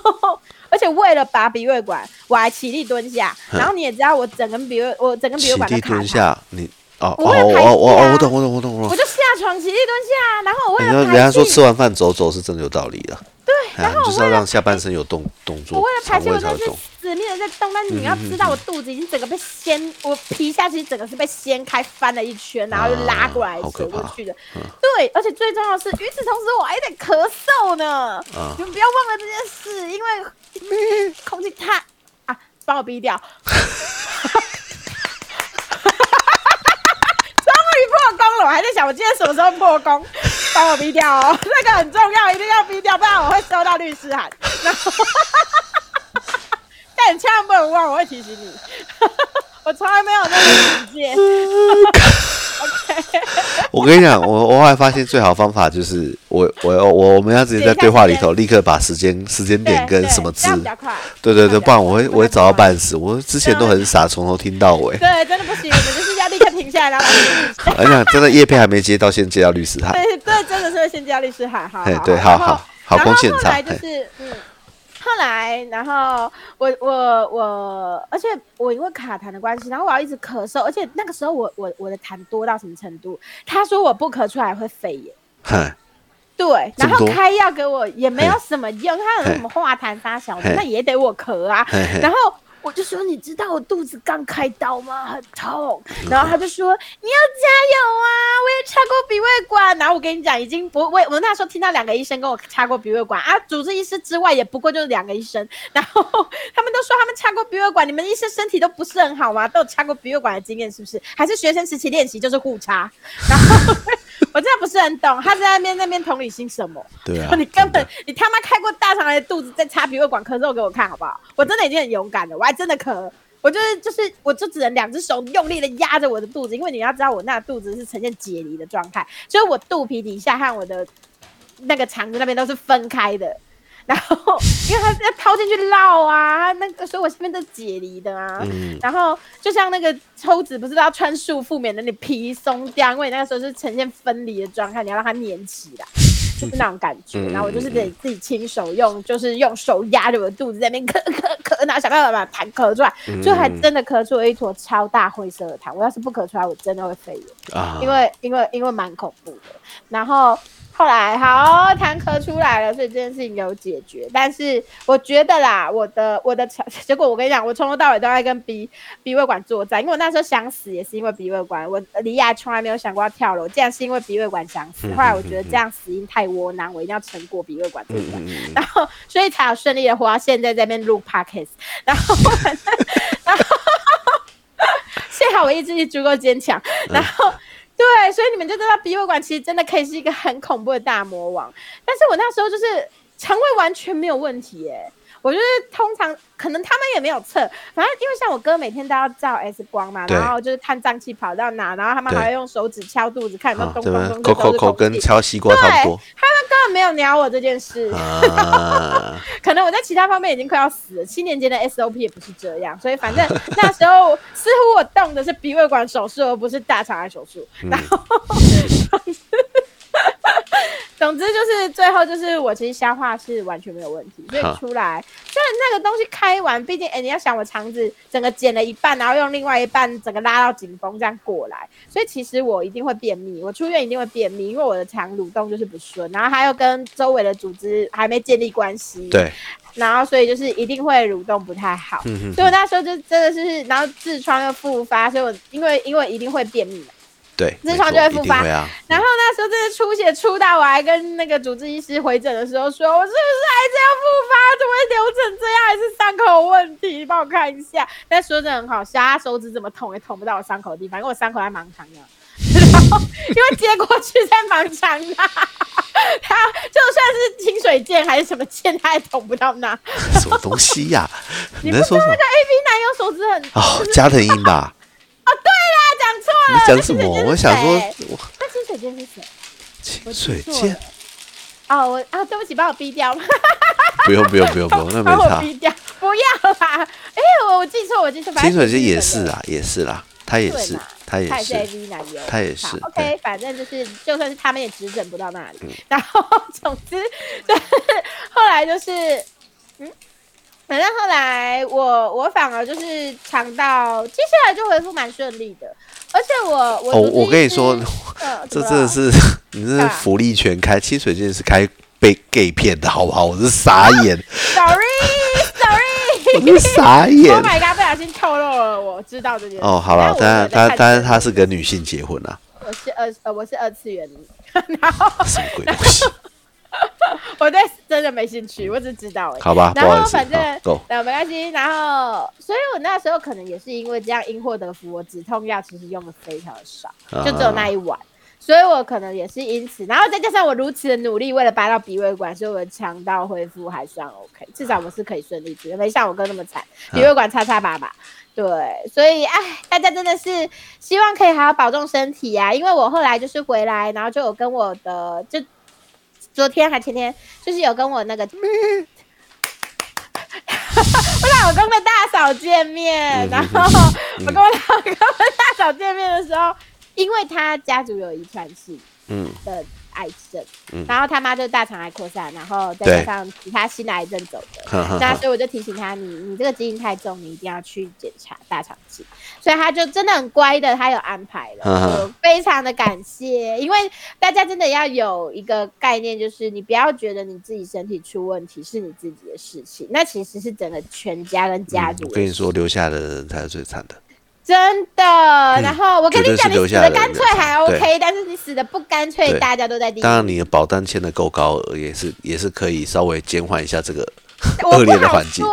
[SPEAKER 1] 而且为了拔鼻胃管，我还起立蹲下。
[SPEAKER 2] 嗯
[SPEAKER 1] 然后你也知道，我整根鼻胃，我整
[SPEAKER 2] 嗯，
[SPEAKER 1] 根鼻
[SPEAKER 2] 起
[SPEAKER 1] 胃管都
[SPEAKER 2] 立
[SPEAKER 1] 卡
[SPEAKER 2] 蹲
[SPEAKER 1] 痰
[SPEAKER 2] 下，你哦哦
[SPEAKER 1] 我有
[SPEAKER 2] 哦
[SPEAKER 1] 排气
[SPEAKER 2] 哦
[SPEAKER 1] 啊
[SPEAKER 2] 哦，我懂我懂我懂我
[SPEAKER 1] 我
[SPEAKER 2] 懂。
[SPEAKER 1] 就下床起立蹲下，然后我为
[SPEAKER 2] 人
[SPEAKER 1] 了
[SPEAKER 2] 家人
[SPEAKER 1] 排
[SPEAKER 2] 哎家说
[SPEAKER 1] 气，
[SPEAKER 2] 吃完饭走走是真的有道理的，
[SPEAKER 1] 对，[laughs]
[SPEAKER 2] 哎
[SPEAKER 1] 然
[SPEAKER 2] 呀，
[SPEAKER 1] 后我
[SPEAKER 2] 你就是要
[SPEAKER 1] 为了
[SPEAKER 2] 让下半身有动动
[SPEAKER 1] 我
[SPEAKER 2] 作
[SPEAKER 1] 为了，排
[SPEAKER 2] 肠
[SPEAKER 1] 气，我
[SPEAKER 2] 胃才嗯
[SPEAKER 1] 真
[SPEAKER 2] 有
[SPEAKER 1] 的是
[SPEAKER 2] 动。
[SPEAKER 1] 死命的在动，但是你要知道，我肚子已经整个被掀，我皮下其实整个是被掀开翻了一圈，然后又拉过来
[SPEAKER 2] 啊好可
[SPEAKER 1] 折过
[SPEAKER 2] 怕
[SPEAKER 1] 去的。对，而且最重要的是，与此同时我还有点咳嗽呢
[SPEAKER 2] 啊。
[SPEAKER 1] 你们不要忘了这件事，因为 [laughs] 嗯空气太啊，帮我逼掉。 [laughs] 终于破功了，我还在想我今天什么时候破功，帮我逼掉哦， [laughs] 这个很重要，一定要逼掉，不然我会收到律师函。 [laughs] 然后但你千万不能忘，我会提醒你。 [laughs] 我从来没有那么警戒。
[SPEAKER 2] 我跟你讲，我我后来发现最好方法就是我我我我们要直接在对话里头立刻把时间时间点
[SPEAKER 1] 对
[SPEAKER 2] 跟
[SPEAKER 1] 对
[SPEAKER 2] 什么
[SPEAKER 1] 这
[SPEAKER 2] 字
[SPEAKER 1] 样比，较快。
[SPEAKER 2] 对对
[SPEAKER 1] 这
[SPEAKER 2] 对，
[SPEAKER 1] 样比较
[SPEAKER 2] 不然我
[SPEAKER 1] 快
[SPEAKER 2] 会
[SPEAKER 1] 不
[SPEAKER 2] 我会
[SPEAKER 1] 然
[SPEAKER 2] 找到
[SPEAKER 1] 不然
[SPEAKER 2] 半死。我之前都很傻，从头听到尾。
[SPEAKER 1] 对，真的不行，我们就是要立刻停下来，然后来处理一下。
[SPEAKER 2] 而且真的叶片还没接到，先接到律师函。
[SPEAKER 1] 对对，真的是会先加律师函，好
[SPEAKER 2] 嘿
[SPEAKER 1] 好
[SPEAKER 2] 对
[SPEAKER 1] 好
[SPEAKER 2] 好好好
[SPEAKER 1] 然后
[SPEAKER 2] 贡献
[SPEAKER 1] 后
[SPEAKER 2] 场
[SPEAKER 1] 来就
[SPEAKER 2] 嘿
[SPEAKER 1] 是嗯，后来然后我我我，而且我因为卡痰的关系，然后我要一直咳嗽，而且那个时候我我我的痰多到什么程度？他说我不咳出来会肺炎。
[SPEAKER 2] 哼，
[SPEAKER 1] 对，
[SPEAKER 2] 这
[SPEAKER 1] 然
[SPEAKER 2] 么
[SPEAKER 1] 后
[SPEAKER 2] 多
[SPEAKER 1] 开药给我也没有什么用，他有
[SPEAKER 2] 嘿
[SPEAKER 1] 什么化痰杀小的，
[SPEAKER 2] 嘿
[SPEAKER 1] 那也得我咳啊
[SPEAKER 2] 嘿嘿。
[SPEAKER 1] 然后我就说你知道我肚子刚开刀吗？很痛。
[SPEAKER 2] 嗯
[SPEAKER 1] 然后他就说你要加油啊，我也插过鼻胃管。然后我跟你讲，已经不我我那时候听到两个医生跟我插过鼻胃管啊，主治医师之外也不过就是两个医生。然后他们都说他们插过鼻胃管，你们医生身体都不是很好吗？都有插过鼻胃管的经验是不是？还是学生时期练习就是互插？然后 [laughs] 我真的不是很懂，他在那边那边同理心什么？
[SPEAKER 2] 对啊
[SPEAKER 1] 你根
[SPEAKER 2] 真
[SPEAKER 1] 本
[SPEAKER 2] 的
[SPEAKER 1] 你他妈开过大肠癌的肚子，再插鼻胃管咳嗽给我看好不好？我真的已经很勇敢了，我还真的咳。我就是就是，我就只能两只手用力的压着我的肚子，因为你要知道，我那肚子是呈现解离的状态，所以我肚皮底下和我的那个肠子那边都是分开的。然后，因为它要掏进去绕啊，那个，所以我下面都解离的啊。
[SPEAKER 2] 嗯，
[SPEAKER 1] 然后就像那个抽纸，不是都要穿束缚，免得你皮松掉，因为你那个时候是呈现分离的状态，你要让它粘起来，就是那种感觉。
[SPEAKER 2] 嗯
[SPEAKER 1] 然后我就是得自己亲手用，就是用手压着我的肚子在那边咳咳咳，然后想办法把痰咳出来，
[SPEAKER 2] 嗯
[SPEAKER 1] 就还真的咳出了一坨超大灰色的痰。我要是不咳出来，我真的会肺炎。
[SPEAKER 2] 啊，
[SPEAKER 1] 因为因为因为蛮恐怖的。然后后来好弹咳出来了，所以这件事情有解决。但是我觉得啦，我的我的肠 [laughs] 结果我跟你讲，我从头到尾都在跟鼻鼻胃管作战，因为我那时候想死也是因为鼻胃管，我离牙从来没有想过要跳楼，竟然是因为鼻胃管想死。
[SPEAKER 2] 嗯
[SPEAKER 1] 后来我觉得这样死因太窝囊，我一定要撑过鼻胃管这一
[SPEAKER 2] 嗯
[SPEAKER 1] 关。
[SPEAKER 2] 嗯嗯
[SPEAKER 1] 然后所以才有顺利的活到现在在那边录 podcast，然后反正然后 [laughs] 幸好我意志力足够坚强，
[SPEAKER 2] 嗯
[SPEAKER 1] 然后。对，所以你们就知道鼻胃管其实真的可以是一个很恐怖的大魔王。但是我那时候就是肠胃完全没有问题耶、我就是通常可能他们也没有测，反正因为像我哥每天都要照 X 光嘛，
[SPEAKER 2] 对
[SPEAKER 1] 然后就是看胀气跑到哪，然后他们
[SPEAKER 2] 对
[SPEAKER 1] 还会用手指敲肚子看有没有
[SPEAKER 2] 好，
[SPEAKER 1] 咚
[SPEAKER 2] 这
[SPEAKER 1] 咚
[SPEAKER 2] 边
[SPEAKER 1] 咚
[SPEAKER 2] 啊
[SPEAKER 1] 咚都
[SPEAKER 2] 扣扣
[SPEAKER 1] 是
[SPEAKER 2] 扣
[SPEAKER 1] 空
[SPEAKER 2] 跟
[SPEAKER 1] 气
[SPEAKER 2] 敲西瓜
[SPEAKER 1] 对，
[SPEAKER 2] 差
[SPEAKER 1] 他
[SPEAKER 2] 不多
[SPEAKER 1] 们根本没有鸟我这件事。 [laughs]
[SPEAKER 2] 啊，
[SPEAKER 1] 可能我在其他方面已经快要死了。七年级的 SOP 也不是这样，所以反正 [laughs] 那时候似乎我动的是鼻胃管手术，而不是大肠癌手术。然后， [laughs] 总之就是最后就是我其实消化是完全没有问题，所以
[SPEAKER 2] 好
[SPEAKER 1] 出来虽然那个东西开完，毕竟哎、你要想我肠子整个剪了一半，然后用另外一半整个拉到紧绷这样过来，所以其实我一定会便秘，我出院一定会便秘，因为我的肠蠕动就是不顺，然后还有跟周围的组织还没建立关系，
[SPEAKER 2] 对，
[SPEAKER 1] 然后所以就是一定会蠕动不太好，
[SPEAKER 2] 嗯
[SPEAKER 1] 所以
[SPEAKER 2] 嗯，
[SPEAKER 1] 我那时候就真的是，然后痔疮又复发，所以我因为因为一定会便秘嘛，
[SPEAKER 2] 对，
[SPEAKER 1] 痔
[SPEAKER 2] 没
[SPEAKER 1] 疮
[SPEAKER 2] 错
[SPEAKER 1] 就会
[SPEAKER 2] 一
[SPEAKER 1] 复
[SPEAKER 2] 定
[SPEAKER 1] 发
[SPEAKER 2] 会啊，
[SPEAKER 1] 然后那时候真的出血出到我还跟那个主治医师回诊的时候说，我是不是癌症要复发？怎么会流成这样？还是伤口有问题？你帮我看一下。但说真的很好笑，他手指怎么捅也捅不到我伤口的地方，因为我伤口还蛮长
[SPEAKER 2] [laughs]
[SPEAKER 1] 的。然后因为接过去在盲肠
[SPEAKER 2] [laughs]
[SPEAKER 1] 啊，他 [laughs] 就算是清水剑还是什么剑，他也捅不到那。
[SPEAKER 2] 什么东西呀？
[SPEAKER 1] [laughs] 你
[SPEAKER 2] 你
[SPEAKER 1] 不
[SPEAKER 2] 在
[SPEAKER 1] 知道
[SPEAKER 2] 说什
[SPEAKER 1] 那
[SPEAKER 2] 么
[SPEAKER 1] 个？A B 男优手指很
[SPEAKER 2] 哦，加藤鹰
[SPEAKER 1] [laughs]
[SPEAKER 2] 吧？
[SPEAKER 1] 哦，对啦，讲错
[SPEAKER 2] 你
[SPEAKER 1] 了。
[SPEAKER 2] 讲什么？我想说，我
[SPEAKER 1] 那清水剑是谁？
[SPEAKER 2] 清
[SPEAKER 1] 我
[SPEAKER 2] 水
[SPEAKER 1] 记错
[SPEAKER 2] 剑
[SPEAKER 1] 了，哦，我啊，对不起，把我逼掉，
[SPEAKER 2] 不用不用不用不用，那没
[SPEAKER 1] [laughs] 把我
[SPEAKER 2] 差。
[SPEAKER 1] 逼掉，不要啦！哎、我我记错，我记错，反
[SPEAKER 2] 清
[SPEAKER 1] 正
[SPEAKER 2] 水
[SPEAKER 1] 剑
[SPEAKER 2] 剑也是啊，也是啦，他也
[SPEAKER 1] 对
[SPEAKER 2] 是
[SPEAKER 1] 嘛，
[SPEAKER 2] 他
[SPEAKER 1] 他
[SPEAKER 2] 也
[SPEAKER 1] 也是
[SPEAKER 2] 是
[SPEAKER 1] AV 男优，
[SPEAKER 2] 他也是
[SPEAKER 1] 好
[SPEAKER 2] 对嗯
[SPEAKER 1] OK，反正就是就算是他们也指诊不到那里。然后 [laughs] 总之就是后来就是嗯，反正后来我我反而就是肠道接下来就恢复蛮顺利的，而且我我
[SPEAKER 2] 哦，
[SPEAKER 1] 主治
[SPEAKER 2] 我跟
[SPEAKER 1] 医
[SPEAKER 2] 你
[SPEAKER 1] 师
[SPEAKER 2] 说，
[SPEAKER 1] 呃怎
[SPEAKER 2] 这
[SPEAKER 1] 么
[SPEAKER 2] 真的
[SPEAKER 1] 了
[SPEAKER 2] 是 [laughs] 你这
[SPEAKER 1] 干
[SPEAKER 2] 是
[SPEAKER 1] 嘛
[SPEAKER 2] 福利全开，清水剑是开被 gay 骗的好不好？我是傻
[SPEAKER 1] [laughs]
[SPEAKER 2] 眼，
[SPEAKER 1] sorry
[SPEAKER 2] 我
[SPEAKER 1] sorry。
[SPEAKER 2] 是傻眼
[SPEAKER 1] Oh。my god！不小心透露了我知道这件事。
[SPEAKER 2] 哦，好了，当
[SPEAKER 1] 但
[SPEAKER 2] 然，
[SPEAKER 1] 我没有在看
[SPEAKER 2] 当然，当然他是跟女性结婚啊啦，
[SPEAKER 1] 我是二呃我是二次元， [laughs] 然后
[SPEAKER 2] 什么鬼东
[SPEAKER 1] [laughs]
[SPEAKER 2] 西？
[SPEAKER 1] 我对真的没兴趣，我只知道而已。
[SPEAKER 2] 好吧，不
[SPEAKER 1] 然
[SPEAKER 2] 好意
[SPEAKER 1] 后
[SPEAKER 2] 思，
[SPEAKER 1] 反正
[SPEAKER 2] 好，go，
[SPEAKER 1] 那没关系，然后所以我那时候可能也是因为这样因祸得福，我止痛药其实用的非常的少，
[SPEAKER 2] 啊
[SPEAKER 1] 就只有那一碗。所以我可能也是因此，然后再加上我如此的努力，为了拔到鼻胃管，所以我的肠道恢复还算 OK，至少我是可以顺利出院，没像我哥那么惨，
[SPEAKER 2] 啊
[SPEAKER 1] 鼻胃管叉叉拔拔。对，所以哎，大家真的是希望可以好好保重身体呀、因为我后来就是回来，然后就有跟我的就昨天还前天，就是有跟我那个，我老公的大嫂见面，然后我跟我老公的大嫂见面的时候。一因为他家族有遗传性
[SPEAKER 2] 嗯
[SPEAKER 1] 的癌症，
[SPEAKER 2] 嗯
[SPEAKER 1] 然后他妈就是大肠癌扩散，然后再
[SPEAKER 2] 对
[SPEAKER 1] 加上其他新的癌症走的，
[SPEAKER 2] 哈 [laughs] 哈
[SPEAKER 1] 那
[SPEAKER 2] 哈
[SPEAKER 1] 所以我就提醒他，你你这个基因太重，你一定要去检查大肠镜。所以他就真的很乖的，他有安排了，
[SPEAKER 2] 嗯哼
[SPEAKER 1] 我非常的感谢。因为大家真的要有一个概念，就是你不要觉得你自己身体出问题是你自己的事情，那其实是整个全家跟家
[SPEAKER 2] 嗯
[SPEAKER 1] 族、
[SPEAKER 2] 我跟你说，，留下的人才是最惨的。
[SPEAKER 1] 真的。然后我跟你
[SPEAKER 2] 嗯绝对是
[SPEAKER 1] 讲，你
[SPEAKER 2] 留
[SPEAKER 1] 死
[SPEAKER 2] 下
[SPEAKER 1] 的
[SPEAKER 2] 的
[SPEAKER 1] 干
[SPEAKER 2] 人
[SPEAKER 1] 脆还
[SPEAKER 2] 对
[SPEAKER 1] OK，但是你死的不干脆，
[SPEAKER 2] 对
[SPEAKER 1] 大家都在地狱。
[SPEAKER 2] 当然，你的保单签的够高额，也是也是可以稍微减缓一下这个
[SPEAKER 1] [laughs] 我
[SPEAKER 2] 恶
[SPEAKER 1] 不
[SPEAKER 2] 劣的
[SPEAKER 1] 好
[SPEAKER 2] 环境
[SPEAKER 1] 说。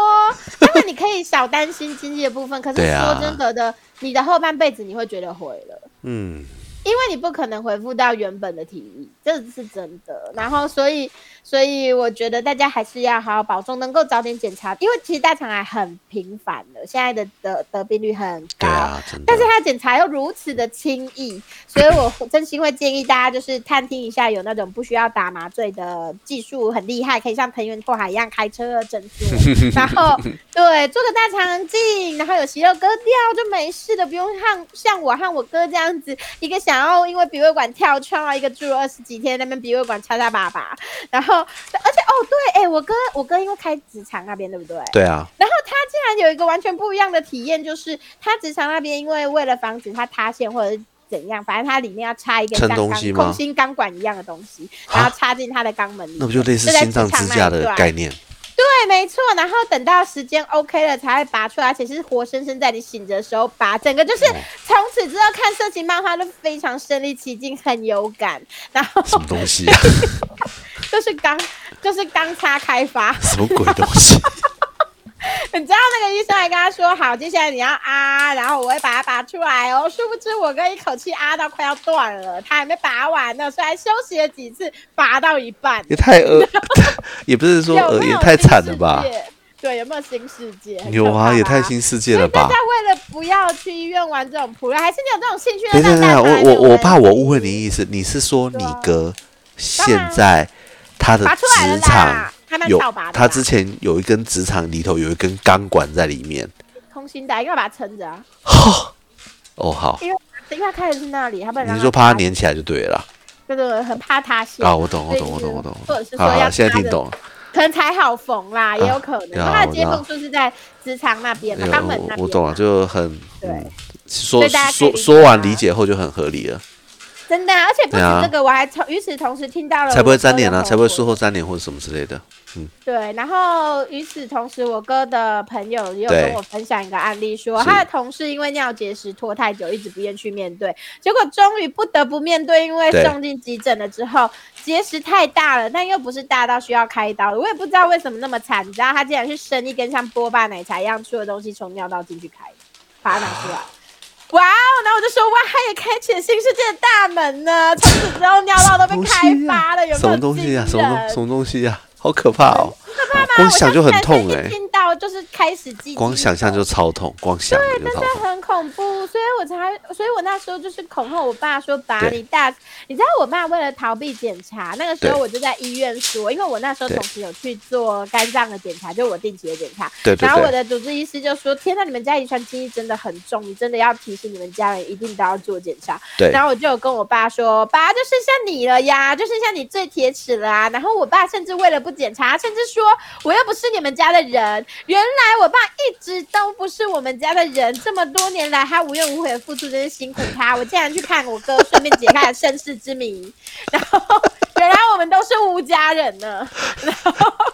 [SPEAKER 1] 当然你可以少担心经济的部分，可是
[SPEAKER 2] 对啊
[SPEAKER 1] 说真的的，你的后半辈子你会觉得毁了。
[SPEAKER 2] 嗯，
[SPEAKER 1] 因为你不可能恢复到原本的体力，这是真的。然后，所以，所以我觉得大家还是要好好保重，能够早点检查，因为其实大肠癌很频繁的，现在的得得病率很高。
[SPEAKER 2] 对啊，真的
[SPEAKER 1] 但是。它检查又如此的轻易，所以我真心会建议大家就是探听一下，有那种不需要打麻醉的技术很厉害，可以像藤原拓海一样开车诊所，
[SPEAKER 2] [laughs]
[SPEAKER 1] 然后对做个大肠镜，然后有息肉割掉就没事的，不用像像我和我哥这样子，一个想要因为鼻胃管跳窗啊，一个住了二十几天在那边鼻胃管插插粑粑，然后而且哦对，哎、我哥我哥因为开直肠那边对不对？
[SPEAKER 2] 对啊，
[SPEAKER 1] 然后他竟然有一个完全不一样的体验，就是他直肠那边，因为为了防止它塌陷或者是怎样，反正它里面要插一个
[SPEAKER 2] 撑
[SPEAKER 1] 像
[SPEAKER 2] 东
[SPEAKER 1] 钢
[SPEAKER 2] 西吗
[SPEAKER 1] 空心钢管一样的东西，
[SPEAKER 2] 啊
[SPEAKER 1] 然后插进他的肛门里面。
[SPEAKER 2] 那不就类似
[SPEAKER 1] 在
[SPEAKER 2] 心脏
[SPEAKER 1] 直肠
[SPEAKER 2] 支
[SPEAKER 1] 那
[SPEAKER 2] 架
[SPEAKER 1] 一
[SPEAKER 2] 的
[SPEAKER 1] 段
[SPEAKER 2] 概念？
[SPEAKER 1] 对，没错。然后等到时间 OK 了才会拔出来，而且是活生生在你醒着的时候拔。整个就是
[SPEAKER 2] 哦
[SPEAKER 1] 从此之后看色情漫画都非常身临其境，很有感。然后
[SPEAKER 2] 什么东西啊呀、
[SPEAKER 1] 就是刚就是刚插开发。
[SPEAKER 2] [laughs] 什么鬼东
[SPEAKER 1] [laughs]
[SPEAKER 2] 西？
[SPEAKER 1] 你知道那个医生还跟他说：“好，接下来你要啊，然后我会把它拔出来哦。”殊不知我哥一口气啊到快要断了，他还没拔完呢，所以还休息了几次，拔到一半。
[SPEAKER 2] 也太恶， [laughs] 也不是说
[SPEAKER 1] 有
[SPEAKER 2] 恶，
[SPEAKER 1] 没
[SPEAKER 2] 也
[SPEAKER 1] 有
[SPEAKER 2] 太
[SPEAKER 1] 新
[SPEAKER 2] 惨了
[SPEAKER 1] 世
[SPEAKER 2] 吧？
[SPEAKER 1] 界？对，有没有新世界？很
[SPEAKER 2] 有
[SPEAKER 1] 可怕
[SPEAKER 2] 啊，也太
[SPEAKER 1] 吧
[SPEAKER 2] 新世界
[SPEAKER 1] 所
[SPEAKER 2] 了
[SPEAKER 1] 以大
[SPEAKER 2] 吧
[SPEAKER 1] 家？为了不要去医院玩这种普拉，还是你有这种兴趣
[SPEAKER 2] 等
[SPEAKER 1] 的
[SPEAKER 2] 一下，等
[SPEAKER 1] 让大
[SPEAKER 2] 一
[SPEAKER 1] 家
[SPEAKER 2] 下，
[SPEAKER 1] 来
[SPEAKER 2] 我
[SPEAKER 1] 没有关系？
[SPEAKER 2] 我我怕我误会你意思，你是说你
[SPEAKER 1] 对啊
[SPEAKER 2] 哥现
[SPEAKER 1] 然
[SPEAKER 2] 在他的
[SPEAKER 1] 拔出来了
[SPEAKER 2] 职场
[SPEAKER 1] 啦，还蛮
[SPEAKER 2] 有
[SPEAKER 1] 跳拔的啦。
[SPEAKER 2] 他之前有一根直肠里头有一根钢管在里面。
[SPEAKER 1] 空心的，因为把它撑着啊，
[SPEAKER 2] 哦，好，
[SPEAKER 1] 因为因为它开的是那里，他不能让
[SPEAKER 2] 你说怕
[SPEAKER 1] 它
[SPEAKER 2] 他粘起来就对了
[SPEAKER 1] 对对对，很怕塌陷
[SPEAKER 2] 啊！我懂，我
[SPEAKER 1] 所以
[SPEAKER 2] 懂，我
[SPEAKER 1] 就是
[SPEAKER 2] 懂，我懂
[SPEAKER 1] 或者是。说
[SPEAKER 2] 好
[SPEAKER 1] 要
[SPEAKER 2] 好，现在
[SPEAKER 1] 插
[SPEAKER 2] 听
[SPEAKER 1] 着
[SPEAKER 2] 懂了。
[SPEAKER 1] 可能才好缝啦，也有可能，因为
[SPEAKER 2] 对啊
[SPEAKER 1] 它的
[SPEAKER 2] 我
[SPEAKER 1] 接
[SPEAKER 2] 知道
[SPEAKER 1] 缝处是在直肠那边嘛，
[SPEAKER 2] 哎
[SPEAKER 1] 肛
[SPEAKER 2] 呦
[SPEAKER 1] 门那边嘛。
[SPEAKER 2] 我我懂了，就很
[SPEAKER 1] 对
[SPEAKER 2] 嗯
[SPEAKER 1] 所
[SPEAKER 2] 说
[SPEAKER 1] 以大家可以理
[SPEAKER 2] 说
[SPEAKER 1] 解
[SPEAKER 2] 说完
[SPEAKER 1] 啊
[SPEAKER 2] 理解后就很合理了，
[SPEAKER 1] 真的啊、而且不
[SPEAKER 2] 对啊
[SPEAKER 1] 止这个，我还从与此同时听到了，
[SPEAKER 2] 才不会粘连啊，
[SPEAKER 1] 了，
[SPEAKER 2] 才不会事后粘连或者什么之类的。
[SPEAKER 1] 对，然后与此同时，我哥的朋友也有
[SPEAKER 2] 对
[SPEAKER 1] 跟我分享一个案例说
[SPEAKER 2] 是
[SPEAKER 1] 他的同事因为尿结石拖太久，一直不愿去面对，结果终于不得不面对，因为
[SPEAKER 2] 对
[SPEAKER 1] 送进急诊了之后，结石太大了，但又不是大到需要开刀的，我也不知道为什么那么惨，你知道他竟然是生一根像波霸奶茶一样粗的东西从尿道进去开，把它拿出来。哇哦！然后我就说哇，他也开启了新世界的大门呢。从此之后，尿道都被开发了，有没有
[SPEAKER 2] 啊什么东西呀、
[SPEAKER 1] 惊
[SPEAKER 2] 什么东
[SPEAKER 1] 人
[SPEAKER 2] 什么东西呀、好可怕哦！
[SPEAKER 1] 怕吗？
[SPEAKER 2] 光想就很痛
[SPEAKER 1] 哎、
[SPEAKER 2] 哎、
[SPEAKER 1] 一听到就是开始记，
[SPEAKER 2] 光想象就超痛，光想就超
[SPEAKER 1] 真的
[SPEAKER 2] 痛。
[SPEAKER 1] 很恐怖，所以我才，所以我那时候就是恐吓我爸说把
[SPEAKER 2] 对
[SPEAKER 1] 你大，你知道我爸为了逃避检查，那个时候
[SPEAKER 2] 对
[SPEAKER 1] 我就在医院说，因为我那时候
[SPEAKER 2] 对
[SPEAKER 1] 同时有去做肝脏的检查，就我定期的检查，
[SPEAKER 2] 对对
[SPEAKER 1] 然后我
[SPEAKER 2] 对，
[SPEAKER 1] 的主治医师就说，天呐，你们家遗传基因真的很重，你真的要提醒你们家人一定都要做检查，
[SPEAKER 2] 对
[SPEAKER 1] 然后我就有跟我爸说，爸，就剩下你了呀，就剩下你最铁齿了啊。然后我爸甚至为了不检查，甚至说我又不是你们家的人。原来我爸一直都不是我们家的人，这么多年来他无怨无悔的付出，真是辛苦他。我竟然去看我哥，顺便解开了身世之谜。 [laughs] 然后原来我们都是吴家人呢。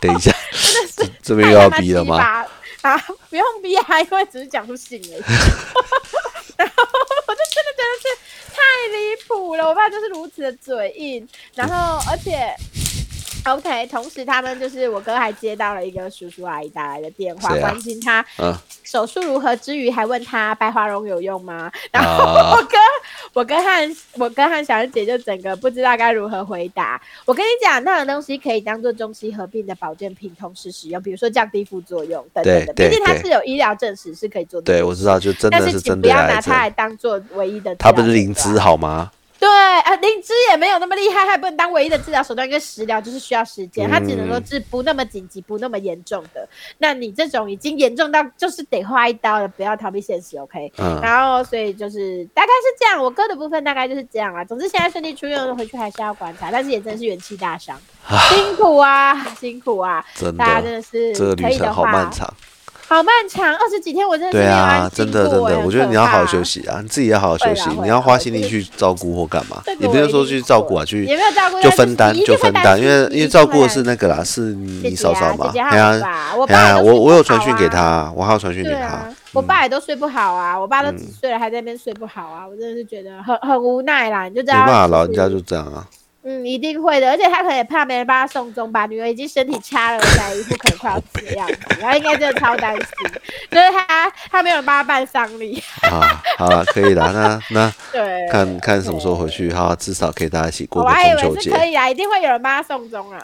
[SPEAKER 2] 等一下，这这边
[SPEAKER 1] 太
[SPEAKER 2] 又
[SPEAKER 1] 他
[SPEAKER 2] 要
[SPEAKER 1] 妈
[SPEAKER 2] 逼了
[SPEAKER 1] 鸡
[SPEAKER 2] 吗？
[SPEAKER 1] 巴？啊，不用逼啊，因为只是讲出姓而已。 [laughs] 然后我就真的觉得是太离谱了，我爸就是如此的嘴硬，然后而且。OK，同时他们就是我哥还接到了一个叔叔阿姨打来的电话，
[SPEAKER 2] 谁啊
[SPEAKER 1] 关心他
[SPEAKER 2] 嗯
[SPEAKER 1] 手术如何之余，还问他白花绒有用吗？然后
[SPEAKER 2] 啊
[SPEAKER 1] 我，哥，我哥和我哥和小恩姐就整个不知道该如何回答。我跟你讲，那种东西可以当做中西合并的保健品同时使用，比如说降低副作用等等的。
[SPEAKER 2] 对对
[SPEAKER 1] 毕竟它
[SPEAKER 2] 对
[SPEAKER 1] 是有医疗证实是可以做的。
[SPEAKER 2] 对我知道，就真
[SPEAKER 1] 但
[SPEAKER 2] 的
[SPEAKER 1] 是
[SPEAKER 2] 是
[SPEAKER 1] 请
[SPEAKER 2] 针
[SPEAKER 1] 不
[SPEAKER 2] 对
[SPEAKER 1] 要
[SPEAKER 2] 癌
[SPEAKER 1] 拿
[SPEAKER 2] 症
[SPEAKER 1] 它，来当做唯一的。
[SPEAKER 2] 他不是灵芝？好吗？
[SPEAKER 1] 对，啊，灵芝也没有有那么厉害，还不能当唯一的治疗手段，跟食疗就是需要时间，它只能
[SPEAKER 2] 嗯
[SPEAKER 1] 够治不那么紧急、不那么严重的。那你这种已经严重到就是得划一刀了，不要逃避现实，OK？
[SPEAKER 2] 嗯
[SPEAKER 1] 然后所以就是大概是这样，我哥的部分大概就是这样啊。总之现在顺利出院，回去还是要观察，但是也真是元气大伤，辛苦啊，辛苦啊，
[SPEAKER 2] 真
[SPEAKER 1] 大家真的
[SPEAKER 2] 的，
[SPEAKER 1] 是
[SPEAKER 2] 这个
[SPEAKER 1] 可
[SPEAKER 2] 旅
[SPEAKER 1] 以的
[SPEAKER 2] 程好
[SPEAKER 1] 话，
[SPEAKER 2] 漫长。
[SPEAKER 1] 好漫长，二十几天我真的是
[SPEAKER 2] 对
[SPEAKER 1] 没有
[SPEAKER 2] 啊
[SPEAKER 1] 安，
[SPEAKER 2] 真
[SPEAKER 1] 静
[SPEAKER 2] 的真
[SPEAKER 1] 过
[SPEAKER 2] 的，
[SPEAKER 1] 哎
[SPEAKER 2] 我觉得你要
[SPEAKER 1] 很可
[SPEAKER 2] 好好
[SPEAKER 1] 怕
[SPEAKER 2] 休息啊，你自己也好好休
[SPEAKER 1] 会
[SPEAKER 2] 息
[SPEAKER 1] 啦会，啦
[SPEAKER 2] 你要花心
[SPEAKER 1] 我
[SPEAKER 2] 力
[SPEAKER 1] 觉得
[SPEAKER 2] 去照顾或干嘛
[SPEAKER 1] 这，个
[SPEAKER 2] 也不
[SPEAKER 1] 我
[SPEAKER 2] 是
[SPEAKER 1] 一
[SPEAKER 2] 说
[SPEAKER 1] 定
[SPEAKER 2] 去
[SPEAKER 1] 会
[SPEAKER 2] 照顾啊，去
[SPEAKER 1] 也没有照顾到，
[SPEAKER 2] 就分担
[SPEAKER 1] 是你一
[SPEAKER 2] 就
[SPEAKER 1] 定会
[SPEAKER 2] 分担，因为
[SPEAKER 1] 心
[SPEAKER 2] 因为
[SPEAKER 1] 你
[SPEAKER 2] 照
[SPEAKER 1] 一定会
[SPEAKER 2] 顾的
[SPEAKER 1] 担
[SPEAKER 2] 是
[SPEAKER 1] 心
[SPEAKER 2] 那个啦，是
[SPEAKER 1] 姐
[SPEAKER 2] 你
[SPEAKER 1] 姐
[SPEAKER 2] 嫂嫂
[SPEAKER 1] 啊
[SPEAKER 2] 嘛，
[SPEAKER 1] 姐姐
[SPEAKER 2] 哎
[SPEAKER 1] 还好
[SPEAKER 2] 呀
[SPEAKER 1] 吧？我
[SPEAKER 2] 哎呀，
[SPEAKER 1] 爸
[SPEAKER 2] 我我有
[SPEAKER 1] 都睡不
[SPEAKER 2] 传
[SPEAKER 1] 好
[SPEAKER 2] 讯给
[SPEAKER 1] 啊
[SPEAKER 2] 他，我还有传讯给
[SPEAKER 1] 对
[SPEAKER 2] 他嗯
[SPEAKER 1] 啊，，我爸也都睡不好啊，我爸都几岁了还在那边睡不好啊，我真的是觉得很很无奈啦，你就知
[SPEAKER 2] 没
[SPEAKER 1] 道
[SPEAKER 2] 办法，
[SPEAKER 1] 啊是
[SPEAKER 2] 老人家就这样啊，
[SPEAKER 1] 嗯一定会的，而且他可能也怕没人帮他送终吧，女儿已经身体差了，才一副可能快要死的样子，然后应该真的超担心，就是他他没有人帮他办丧礼，
[SPEAKER 2] 啊，好了，可以啦，那那
[SPEAKER 1] [laughs] 对，
[SPEAKER 2] 看看什么时候回去哈，至少可以大家一起过
[SPEAKER 1] 我
[SPEAKER 2] 个
[SPEAKER 1] 还以
[SPEAKER 2] 中秋
[SPEAKER 1] 为是
[SPEAKER 2] 节，
[SPEAKER 1] 可以啊，一定会有人帮他送终啊，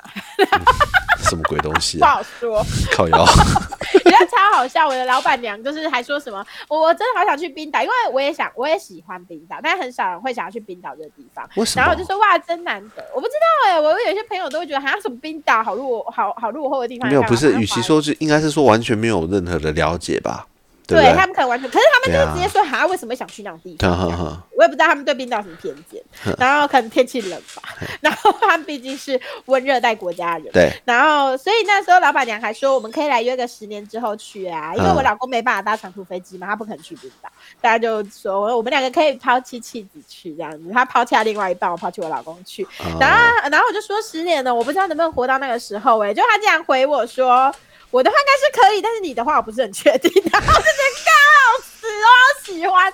[SPEAKER 2] 什么鬼东西
[SPEAKER 1] 不
[SPEAKER 2] 啊，
[SPEAKER 1] 好说。
[SPEAKER 2] 靠腰，啊
[SPEAKER 1] [laughs] 你知道超好笑，我的老板娘就是还说什么，我我真的好想去冰岛，因为我也想，我也喜欢冰岛，但很少人会想要去冰岛这个地方。
[SPEAKER 2] 为
[SPEAKER 1] [laughs]
[SPEAKER 2] 什
[SPEAKER 1] 然后
[SPEAKER 2] 么
[SPEAKER 1] 我就？说哇，真难得，我不知道哎、我有一些朋友都会觉得好像什么冰岛好落好好落后的地方，
[SPEAKER 2] 没有，
[SPEAKER 1] 干
[SPEAKER 2] 不
[SPEAKER 1] 嘛
[SPEAKER 2] 是，
[SPEAKER 1] 好像
[SPEAKER 2] 与其
[SPEAKER 1] 华
[SPEAKER 2] 说是，应该是说完全没有任何的了解吧，
[SPEAKER 1] 对
[SPEAKER 2] 不对？
[SPEAKER 1] 他们可能完全，可是他们就是直接说哈、为什么想去那种地
[SPEAKER 2] 哈
[SPEAKER 1] 方？
[SPEAKER 2] [laughs] 哈哈，
[SPEAKER 1] 我也不知道他们对冰岛有什么偏见，然后可能天气冷吧， [laughs] 然后他们毕竟是温热带国家的人，
[SPEAKER 2] 对，
[SPEAKER 1] 然后，所以那时候老板娘还说，我们可以来约个十年之后去
[SPEAKER 2] 嗯
[SPEAKER 1] 啊，因为我老公没办法搭长途飞机嘛，他不肯去冰岛，大家就说我们两个可以抛弃妻子去这样子，他抛弃他另外一半，我抛弃我老公去。然
[SPEAKER 2] 哦
[SPEAKER 1] 后，然后我就说十年了，我不知道能不能活到那个时候哎、就他竟然回我说，我的话应该是可以，但是你的话我不是很确定。然后我就觉得 [laughs] 干好死哦，我喜欢。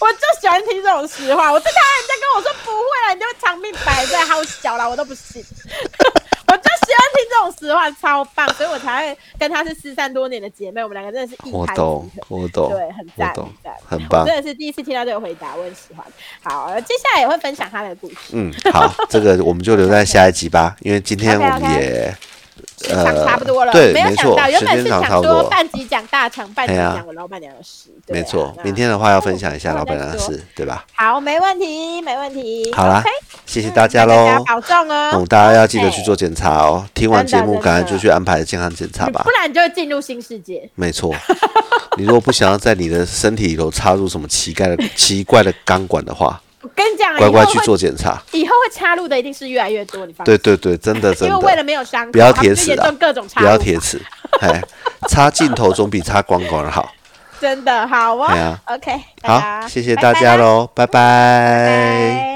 [SPEAKER 1] 我就喜欢听这种实话，我最讨厌人家跟我说不会了，你就长命百岁，好小啦，我都不信。 [laughs] 我就喜欢听这种实话，超棒，所以我才会跟她是失散多年的姐妹，我们两个真的是一
[SPEAKER 2] 我
[SPEAKER 1] 拍即合
[SPEAKER 2] 懂，，我懂，
[SPEAKER 1] 对，很
[SPEAKER 2] 我
[SPEAKER 1] 赞，很
[SPEAKER 2] 懂，
[SPEAKER 1] 赞。
[SPEAKER 2] 很棒
[SPEAKER 1] 我。真的是第一次听到这个回答，我很喜欢。好，接下来也会分享她的故事，
[SPEAKER 2] 嗯，
[SPEAKER 1] [laughs]
[SPEAKER 2] 好，这个我们就留在下一集吧，因为今天我们
[SPEAKER 1] OK，OK
[SPEAKER 2] 也
[SPEAKER 1] 时长差不多了，
[SPEAKER 2] 呃对
[SPEAKER 1] 没有
[SPEAKER 2] 没
[SPEAKER 1] 想
[SPEAKER 2] 错
[SPEAKER 1] 到，原
[SPEAKER 2] 时
[SPEAKER 1] 本
[SPEAKER 2] 间
[SPEAKER 1] 是
[SPEAKER 2] 长
[SPEAKER 1] 想
[SPEAKER 2] 差不
[SPEAKER 1] 说
[SPEAKER 2] 多
[SPEAKER 1] 半集讲大肠，半集
[SPEAKER 2] 哎呀
[SPEAKER 1] 讲我老板娘的事，对啊
[SPEAKER 2] 没错，
[SPEAKER 1] 那哦
[SPEAKER 2] 明天的话要分享一下老板娘的事，对吧？
[SPEAKER 1] 好，没问题，没问题。
[SPEAKER 2] 好啦
[SPEAKER 1] OK，
[SPEAKER 2] 谢谢
[SPEAKER 1] 嗯
[SPEAKER 2] 大家喽，
[SPEAKER 1] 大家保重哦
[SPEAKER 2] 嗯，，大家要记得去做检查哦。听完
[SPEAKER 1] 真的
[SPEAKER 2] 节目，
[SPEAKER 1] 真
[SPEAKER 2] 赶快
[SPEAKER 1] 的
[SPEAKER 2] 就去安排健康检查吧
[SPEAKER 1] 不。然你就会进入新世界。
[SPEAKER 2] 没错， [laughs] 你如果不想要在你的身体里头插入什么奇怪的奇怪的钢管
[SPEAKER 1] [laughs]
[SPEAKER 2] 的话，
[SPEAKER 1] 哎我跟你讲，啊
[SPEAKER 2] 乖乖
[SPEAKER 1] 以后
[SPEAKER 2] 去
[SPEAKER 1] 会
[SPEAKER 2] 做检查。
[SPEAKER 1] 以后会插入的一定是越来越多，你放心。
[SPEAKER 2] 对对对，真的真
[SPEAKER 1] 因为为了
[SPEAKER 2] 的，
[SPEAKER 1] 没有伤口，
[SPEAKER 2] 不要
[SPEAKER 1] 他们
[SPEAKER 2] 铁
[SPEAKER 1] 就
[SPEAKER 2] 齿
[SPEAKER 1] 严
[SPEAKER 2] 啊
[SPEAKER 1] 重各种，插
[SPEAKER 2] 不
[SPEAKER 1] 入
[SPEAKER 2] 要
[SPEAKER 1] 法
[SPEAKER 2] 铁
[SPEAKER 1] [laughs]
[SPEAKER 2] 齿，哎，插镜头总比插光管好。
[SPEAKER 1] 真的好哦。
[SPEAKER 2] 对啊
[SPEAKER 1] OK，大
[SPEAKER 2] 好，
[SPEAKER 1] 家
[SPEAKER 2] 谢谢
[SPEAKER 1] 啊拜
[SPEAKER 2] 大
[SPEAKER 1] 拜啦，
[SPEAKER 2] 家喽，拜
[SPEAKER 1] 拜。